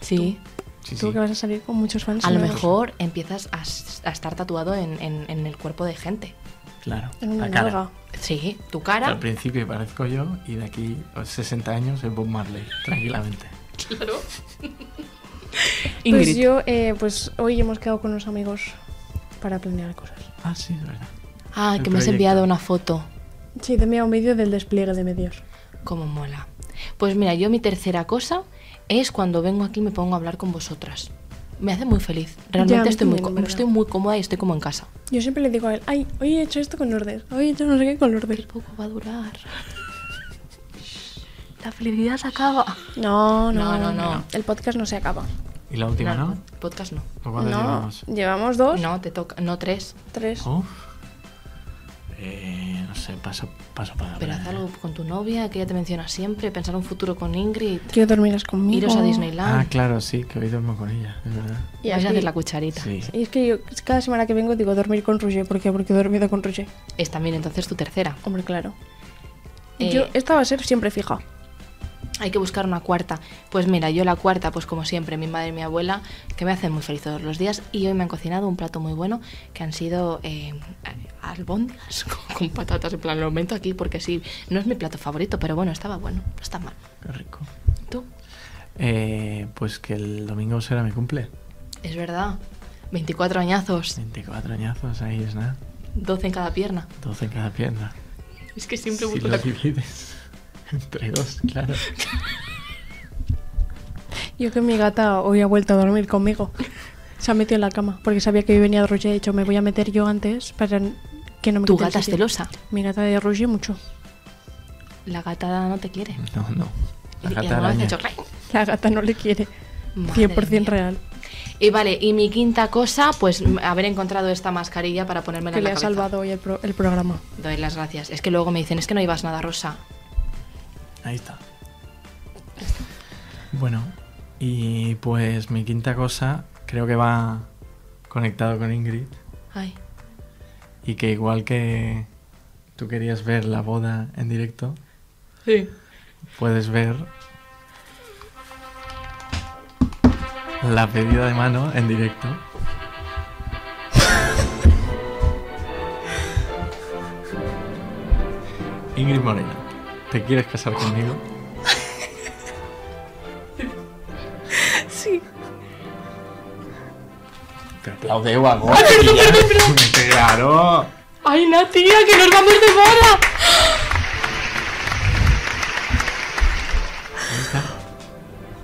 Speaker 3: Sí.
Speaker 5: Sí,
Speaker 2: Tú
Speaker 5: sí.
Speaker 2: que vas a salir con muchos fans. eh,
Speaker 3: A lo
Speaker 2: ¿no?
Speaker 3: mejor empiezas a, s- a estar tatuado en, en- en el cuerpo de gente.
Speaker 5: Claro.
Speaker 2: En una
Speaker 5: la cara.
Speaker 2: nalga.
Speaker 3: Sí, tu
Speaker 5: Al
Speaker 3: cara.
Speaker 5: principio parezco yo y de aquí a 60 años es Bob Marley, tranquilamente.
Speaker 2: Pues
Speaker 3: Ingrid.
Speaker 2: yo, eh, pues hoy hemos quedado con unos amigos para planear cosas.
Speaker 5: Ah, sí, es verdad.
Speaker 3: Ah,
Speaker 5: el
Speaker 3: que me has
Speaker 5: proyecto.
Speaker 3: enviado una foto.
Speaker 2: Sí, te he enviado un vídeo del despliegue de medios.
Speaker 3: Como mola. Pues mira, yo mi tercera cosa es cuando vengo aquí y me pongo a hablar con vosotras. Me hace muy feliz. Realmente
Speaker 2: Ya,
Speaker 3: estoy, muy,
Speaker 2: también,
Speaker 3: có-
Speaker 2: ¿verdad?
Speaker 3: estoy muy cómoda y estoy como en casa.
Speaker 2: Yo siempre le digo a él, ay, hoy he hecho esto con Lourdes, hoy he hecho no sé qué con Lourdes.
Speaker 3: Poco va a durar. La felicidad se acaba.
Speaker 2: No,
Speaker 3: No,
Speaker 2: no,
Speaker 3: no, no.
Speaker 2: El podcast no se acaba.
Speaker 5: ¿Y la última, no?
Speaker 3: Podcast no.
Speaker 5: ¿O cuándo
Speaker 2: no,
Speaker 5: Pues llevamos?
Speaker 2: llevamos dos,
Speaker 3: No, te toca. No tres.
Speaker 2: tres.
Speaker 5: Uf. Eh, no sé, paso, paso para
Speaker 3: Pero haz
Speaker 5: ver.
Speaker 3: algo con tu novia, que ella te menciona siempre. Pensar un futuro con Ingrid.
Speaker 2: Quiero dormirlas conmigo.
Speaker 3: Iros a
Speaker 5: Ah,
Speaker 3: Disneyland.
Speaker 5: claro, sí, que hoy duermo con ella, es verdad.
Speaker 2: Y
Speaker 3: Vais a
Speaker 2: así.
Speaker 3: hacer la cucharita.
Speaker 5: Sí.
Speaker 2: Y es que yo cada semana que vengo digo dormir con Roger. ¿Por qué? Porque he dormido con Roger.
Speaker 3: Es también entonces tu tercera.
Speaker 2: Hombre, claro.
Speaker 3: Eh,
Speaker 2: Yo, esta va a ser siempre fija.
Speaker 3: Hay que buscar una cuarta. Pues mira, yo la cuarta, pues como siempre, mi madre y mi abuela, que me hacen muy feliz todos los días. Y hoy me han cocinado un plato muy bueno, que han sido eh, albóndigas [LAUGHS] con, con patatas. En plan, lo aumento aquí porque sí, no es mi plato favorito, pero bueno, estaba bueno, no está mal.
Speaker 5: Qué rico.
Speaker 3: ¿Tú?
Speaker 5: Eh, pues que el domingo será mi cumple.
Speaker 3: Es verdad. 24 añazos,
Speaker 5: 24 añazos, ahí es nada.
Speaker 3: 12 en cada pierna.
Speaker 5: 12 en cada pierna.
Speaker 3: Es que siempre
Speaker 5: si
Speaker 3: busco
Speaker 5: lo
Speaker 3: la...
Speaker 5: divides [LAUGHS] entre dos, claro.
Speaker 2: Yo que mi gata hoy ha vuelto a dormir conmigo. Se ha metido en la cama porque sabía que hoy venía Roger. De hecho, me voy a meter yo antes para que no me
Speaker 3: Tu
Speaker 2: quite el
Speaker 3: gata es
Speaker 2: sitio.
Speaker 3: celosa.
Speaker 2: Mi gata de Roger mucho.
Speaker 3: La gata no te quiere.
Speaker 5: No, no. La
Speaker 3: Y- y alguna
Speaker 5: gata
Speaker 3: vez ha
Speaker 5: araña.
Speaker 3: hecho, "Rey".
Speaker 2: La gata no le quiere.
Speaker 3: Madre
Speaker 2: 100%
Speaker 3: mía.
Speaker 2: real.
Speaker 3: Y vale, y mi quinta cosa, pues m- haber encontrado esta mascarilla para ponérmela
Speaker 2: Que
Speaker 3: en
Speaker 2: le
Speaker 3: la
Speaker 2: ha
Speaker 3: cabeza.
Speaker 2: salvado hoy el, pro- el programa.
Speaker 3: Doy las gracias. Es que luego me dicen, es que no ibas nada rosa.
Speaker 5: Ahí está. Bueno, y pues mi quinta cosa creo que va conectado con Ingrid
Speaker 3: Ay,
Speaker 5: y que igual que tú querías ver la boda en directo,
Speaker 4: Sí.
Speaker 5: puedes ver la pedida de mano en directo. Ingrid Moreno, ¿te quieres casar conmigo?
Speaker 2: Sí.
Speaker 5: Te aplaudeo a Gorka. [LAUGHS] Claro.
Speaker 4: ¡Ay, Nat, tía, que nos vamos de boda!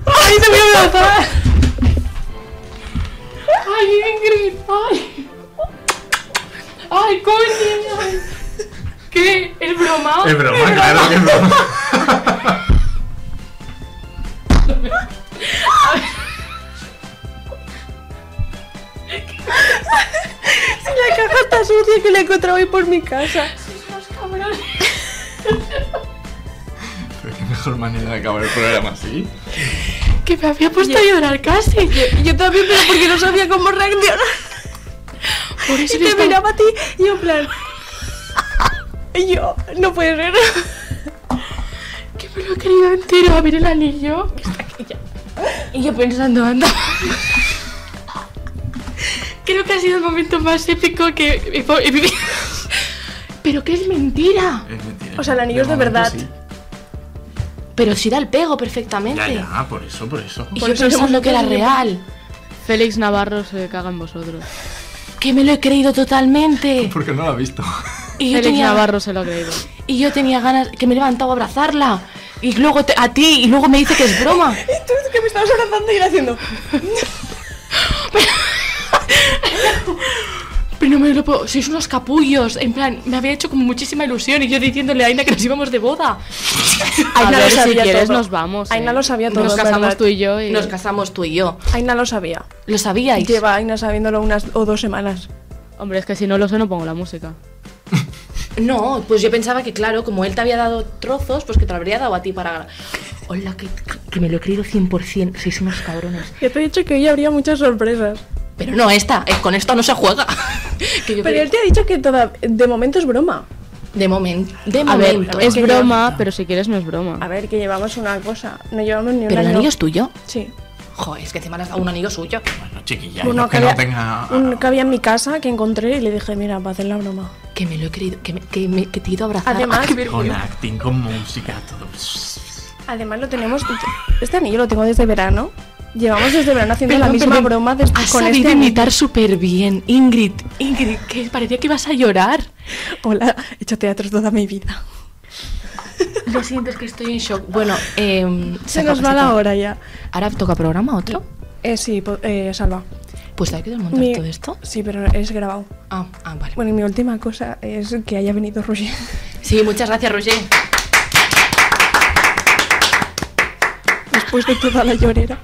Speaker 4: ¡Ay, te voy a abrazar! ¡Ay, Ingrid! ¡Ay! ¡Ay, coño! ay. ¿Qué? ¿Es broma?
Speaker 5: Es broma, claro que es broma. [LAUGHS]
Speaker 2: La caja está sucia que la he encontrado hoy por mi casa.
Speaker 4: Los cabrones.
Speaker 5: mejor manera de acabar el programa, ¿sí?
Speaker 4: Que me había puesto a llorar casi.
Speaker 2: Yo también, pero
Speaker 3: [LAUGHS]
Speaker 2: porque no sabía cómo reaccionar.
Speaker 4: Por eso
Speaker 2: Y
Speaker 4: yo
Speaker 2: te
Speaker 4: estaba-
Speaker 2: miraba a ti y yo en [LAUGHS] plan... Y yo, no puede ser.
Speaker 4: que me lo he querido entero. A ver el anillo. que está aquí ya. Y yo pensando, anda. [LAUGHS] Creo que ha sido el momento más épico que he po- he vivido. [LAUGHS] Pero que es mentira.
Speaker 5: Es mentira.
Speaker 2: O sea, el anillo es de
Speaker 5: momento,
Speaker 2: verdad.
Speaker 5: sí.
Speaker 3: Pero si da el pego perfectamente.
Speaker 5: Ya, ya, por eso, por eso.
Speaker 3: Y
Speaker 5: [LAUGHS]
Speaker 1: Por
Speaker 3: yo
Speaker 1: eso le
Speaker 3: pensando
Speaker 1: hemos
Speaker 3: que era
Speaker 1: puesto el-
Speaker 3: real.
Speaker 1: Félix Navarro se caga en vosotros.
Speaker 3: Que me lo he
Speaker 4: [LAUGHS]
Speaker 3: creído totalmente.
Speaker 5: Porque no lo ha visto.
Speaker 3: Y yo
Speaker 1: Félix
Speaker 3: tenía,
Speaker 1: Navarro se lo ha creído.
Speaker 3: y yo tenía ganas, que me he levantado a abrazarla. Y luego te- a ti, y luego me dice que es broma.
Speaker 2: Y tú que me estabas abrazando y era haciendo...
Speaker 4: Pero no me lo puedo. Sois unos capullos. En plan, me había hecho como muchísima ilusión. Y yo diciéndole a Aina que nos íbamos de boda.
Speaker 1: A
Speaker 2: Aina
Speaker 1: ver,
Speaker 2: lo
Speaker 1: si
Speaker 2: sabía
Speaker 1: quieres
Speaker 2: todo.
Speaker 1: nos vamos.
Speaker 2: Aina
Speaker 1: eh.
Speaker 2: lo sabía todo,
Speaker 1: Nos
Speaker 2: es
Speaker 1: casamos
Speaker 2: verdad.
Speaker 1: tú y yo y
Speaker 3: Nos casamos tú y yo.
Speaker 2: Aina lo sabía.
Speaker 3: ¿Lo sabíais?
Speaker 2: Lleva Aina sabiéndolo unas o dos semanas.
Speaker 1: Hombre, es que si no lo sé no pongo la música.
Speaker 3: No, pues yo pensaba que, claro, como él te había dado trozos, pues que te lo habría dado a ti para. Hola, que, que me lo he creído 100%, sois unos cabrones.
Speaker 2: Ya te he dicho que hoy habría muchas sorpresas.
Speaker 3: Pero no, esta, eh, con esta no se juega. [LAUGHS] Que
Speaker 2: Pero
Speaker 3: yo creo-
Speaker 2: él te ha dicho que toda, de momento es broma.
Speaker 3: De, momento, de
Speaker 1: A ver,
Speaker 3: momento.
Speaker 1: es
Speaker 2: que yo- Ah.
Speaker 1: broma, pero si quieres no es broma.
Speaker 2: A ver, que llevamos una cosa. No llevamos ni un
Speaker 3: Pero el
Speaker 2: año.
Speaker 3: anillo es tuyo.
Speaker 2: Sí.
Speaker 3: Joder, es que encima le has dado un anillo suyo.
Speaker 5: Bueno, chiquilla,
Speaker 2: Uno
Speaker 5: no que
Speaker 2: había,
Speaker 5: no tenga.
Speaker 2: uno que había en mi casa que encontré y le dije, mira, para hacer la broma.
Speaker 3: Que me lo he creído, que, me, que, me- que te he ido a abrazar.
Speaker 2: Además,
Speaker 5: Con acting, con música, todo.
Speaker 2: además lo tenemos. Este anillo lo tengo desde verano. Llevamos desde verano haciendo
Speaker 4: Perdón,
Speaker 2: la misma
Speaker 4: perdón.
Speaker 2: broma des-
Speaker 4: Has
Speaker 2: con
Speaker 4: sabido
Speaker 2: este anillo.
Speaker 4: imitar súper bien, Ingrid. Ingrid, que parecía que ibas a llorar.
Speaker 2: Hola, he hecho teatro toda mi vida.
Speaker 3: Lo siento, es que estoy en shock. Bueno, eh,
Speaker 2: Se nos va la hora ya.
Speaker 3: Ahora toca programa otro.
Speaker 2: Eh, sí, po- eh, salva.
Speaker 3: Pues hay que desmontar
Speaker 2: Mi-
Speaker 3: todo esto.
Speaker 2: Sí, pero es grabado.
Speaker 3: Ah, ah, vale.
Speaker 2: Bueno, y mi última cosa es que haya venido Roger.
Speaker 3: Sí, muchas gracias, Roger.
Speaker 2: [LAUGHS] después de toda la llorera.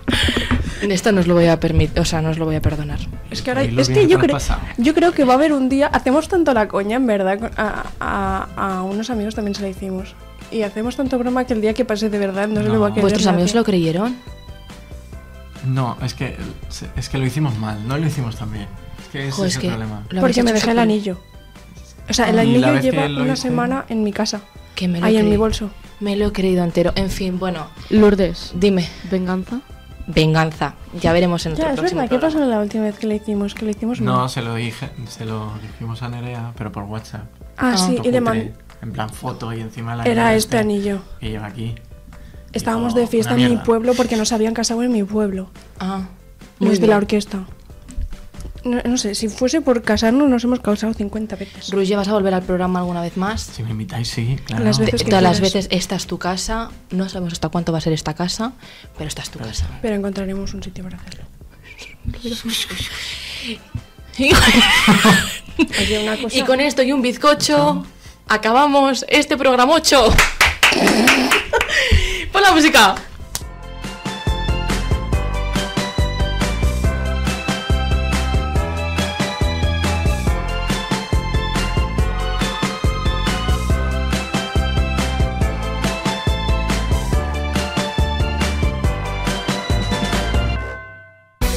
Speaker 3: Esto no os lo voy a permitir, o sea, no os lo voy a perdonar.
Speaker 2: Es que ahora,
Speaker 5: Ahí lo
Speaker 2: es que
Speaker 5: bien
Speaker 2: yo, creo
Speaker 5: traspasado.
Speaker 2: yo creo que va a haber un día, hacemos tanto la coña, en verdad, con- a, a- a unos amigos también se la hicimos. Y hacemos tanto broma que el día que pase de verdad no, se lo va a
Speaker 5: No.
Speaker 2: querer.
Speaker 3: ¿Vuestros amigos
Speaker 2: nadie.
Speaker 3: lo creyeron?
Speaker 5: No, es que, es que lo hicimos mal, no lo hicimos tan bien. Es que ese
Speaker 3: Joder, es
Speaker 5: es el
Speaker 3: que
Speaker 5: problema.
Speaker 3: lo habéis
Speaker 2: Porque me
Speaker 3: hecho
Speaker 2: dejé el
Speaker 3: súper-
Speaker 2: anillo. O sea, el
Speaker 5: Ah. Y la
Speaker 2: anillo
Speaker 5: vez que
Speaker 2: lleva
Speaker 5: lo
Speaker 2: una
Speaker 5: hice-
Speaker 2: semana en mi casa,
Speaker 3: Que me lo
Speaker 2: ahí en
Speaker 3: creí.
Speaker 2: mi bolso.
Speaker 3: Me lo he creído entero. En fin, bueno,
Speaker 1: Lourdes,
Speaker 3: dime.
Speaker 1: venganza.
Speaker 3: Venganza. Ya veremos en otro
Speaker 2: Ya, es
Speaker 3: próximo
Speaker 2: verdad, ¿qué
Speaker 3: programa.
Speaker 2: pasó la última vez que le hicimos? Que le hicimos
Speaker 5: No,
Speaker 2: mal.
Speaker 5: se lo, dije, se lo dijimos a Nerea, pero por WhatsApp.
Speaker 2: Ah, sí,
Speaker 5: Foto
Speaker 2: y le
Speaker 5: cutre,
Speaker 2: mandé.
Speaker 5: En plan foto y encima la
Speaker 2: Era
Speaker 5: llave
Speaker 2: este anillo.
Speaker 5: Que lleva aquí.
Speaker 2: Estábamos
Speaker 5: Dijo,
Speaker 2: de fiesta
Speaker 5: "Una
Speaker 2: en mi
Speaker 5: mierda".
Speaker 2: pueblo porque nos habían casado en mi pueblo.
Speaker 3: Ah, muy
Speaker 2: Los de la
Speaker 3: bien.
Speaker 2: orquesta. No, no sé, si fuese por casarnos nos hemos causado 50 veces.
Speaker 3: Ruye, ¿vas a volver al programa alguna vez más?
Speaker 5: Si me invitáis, sí, claro.
Speaker 2: Las veces
Speaker 3: Te-
Speaker 2: que
Speaker 3: todas las
Speaker 2: quieras.
Speaker 3: veces, esta es tu casa. No sabemos hasta cuánto va a ser esta casa, pero esta es tu casa.
Speaker 2: Pero encontraremos un sitio para
Speaker 5: [LAUGHS]
Speaker 2: hacerlo. [LAUGHS] Oye, una cosa.
Speaker 3: y con esto y un bizcocho,
Speaker 2: [LAUGHS]
Speaker 3: acabamos este programa 8. Pon la música.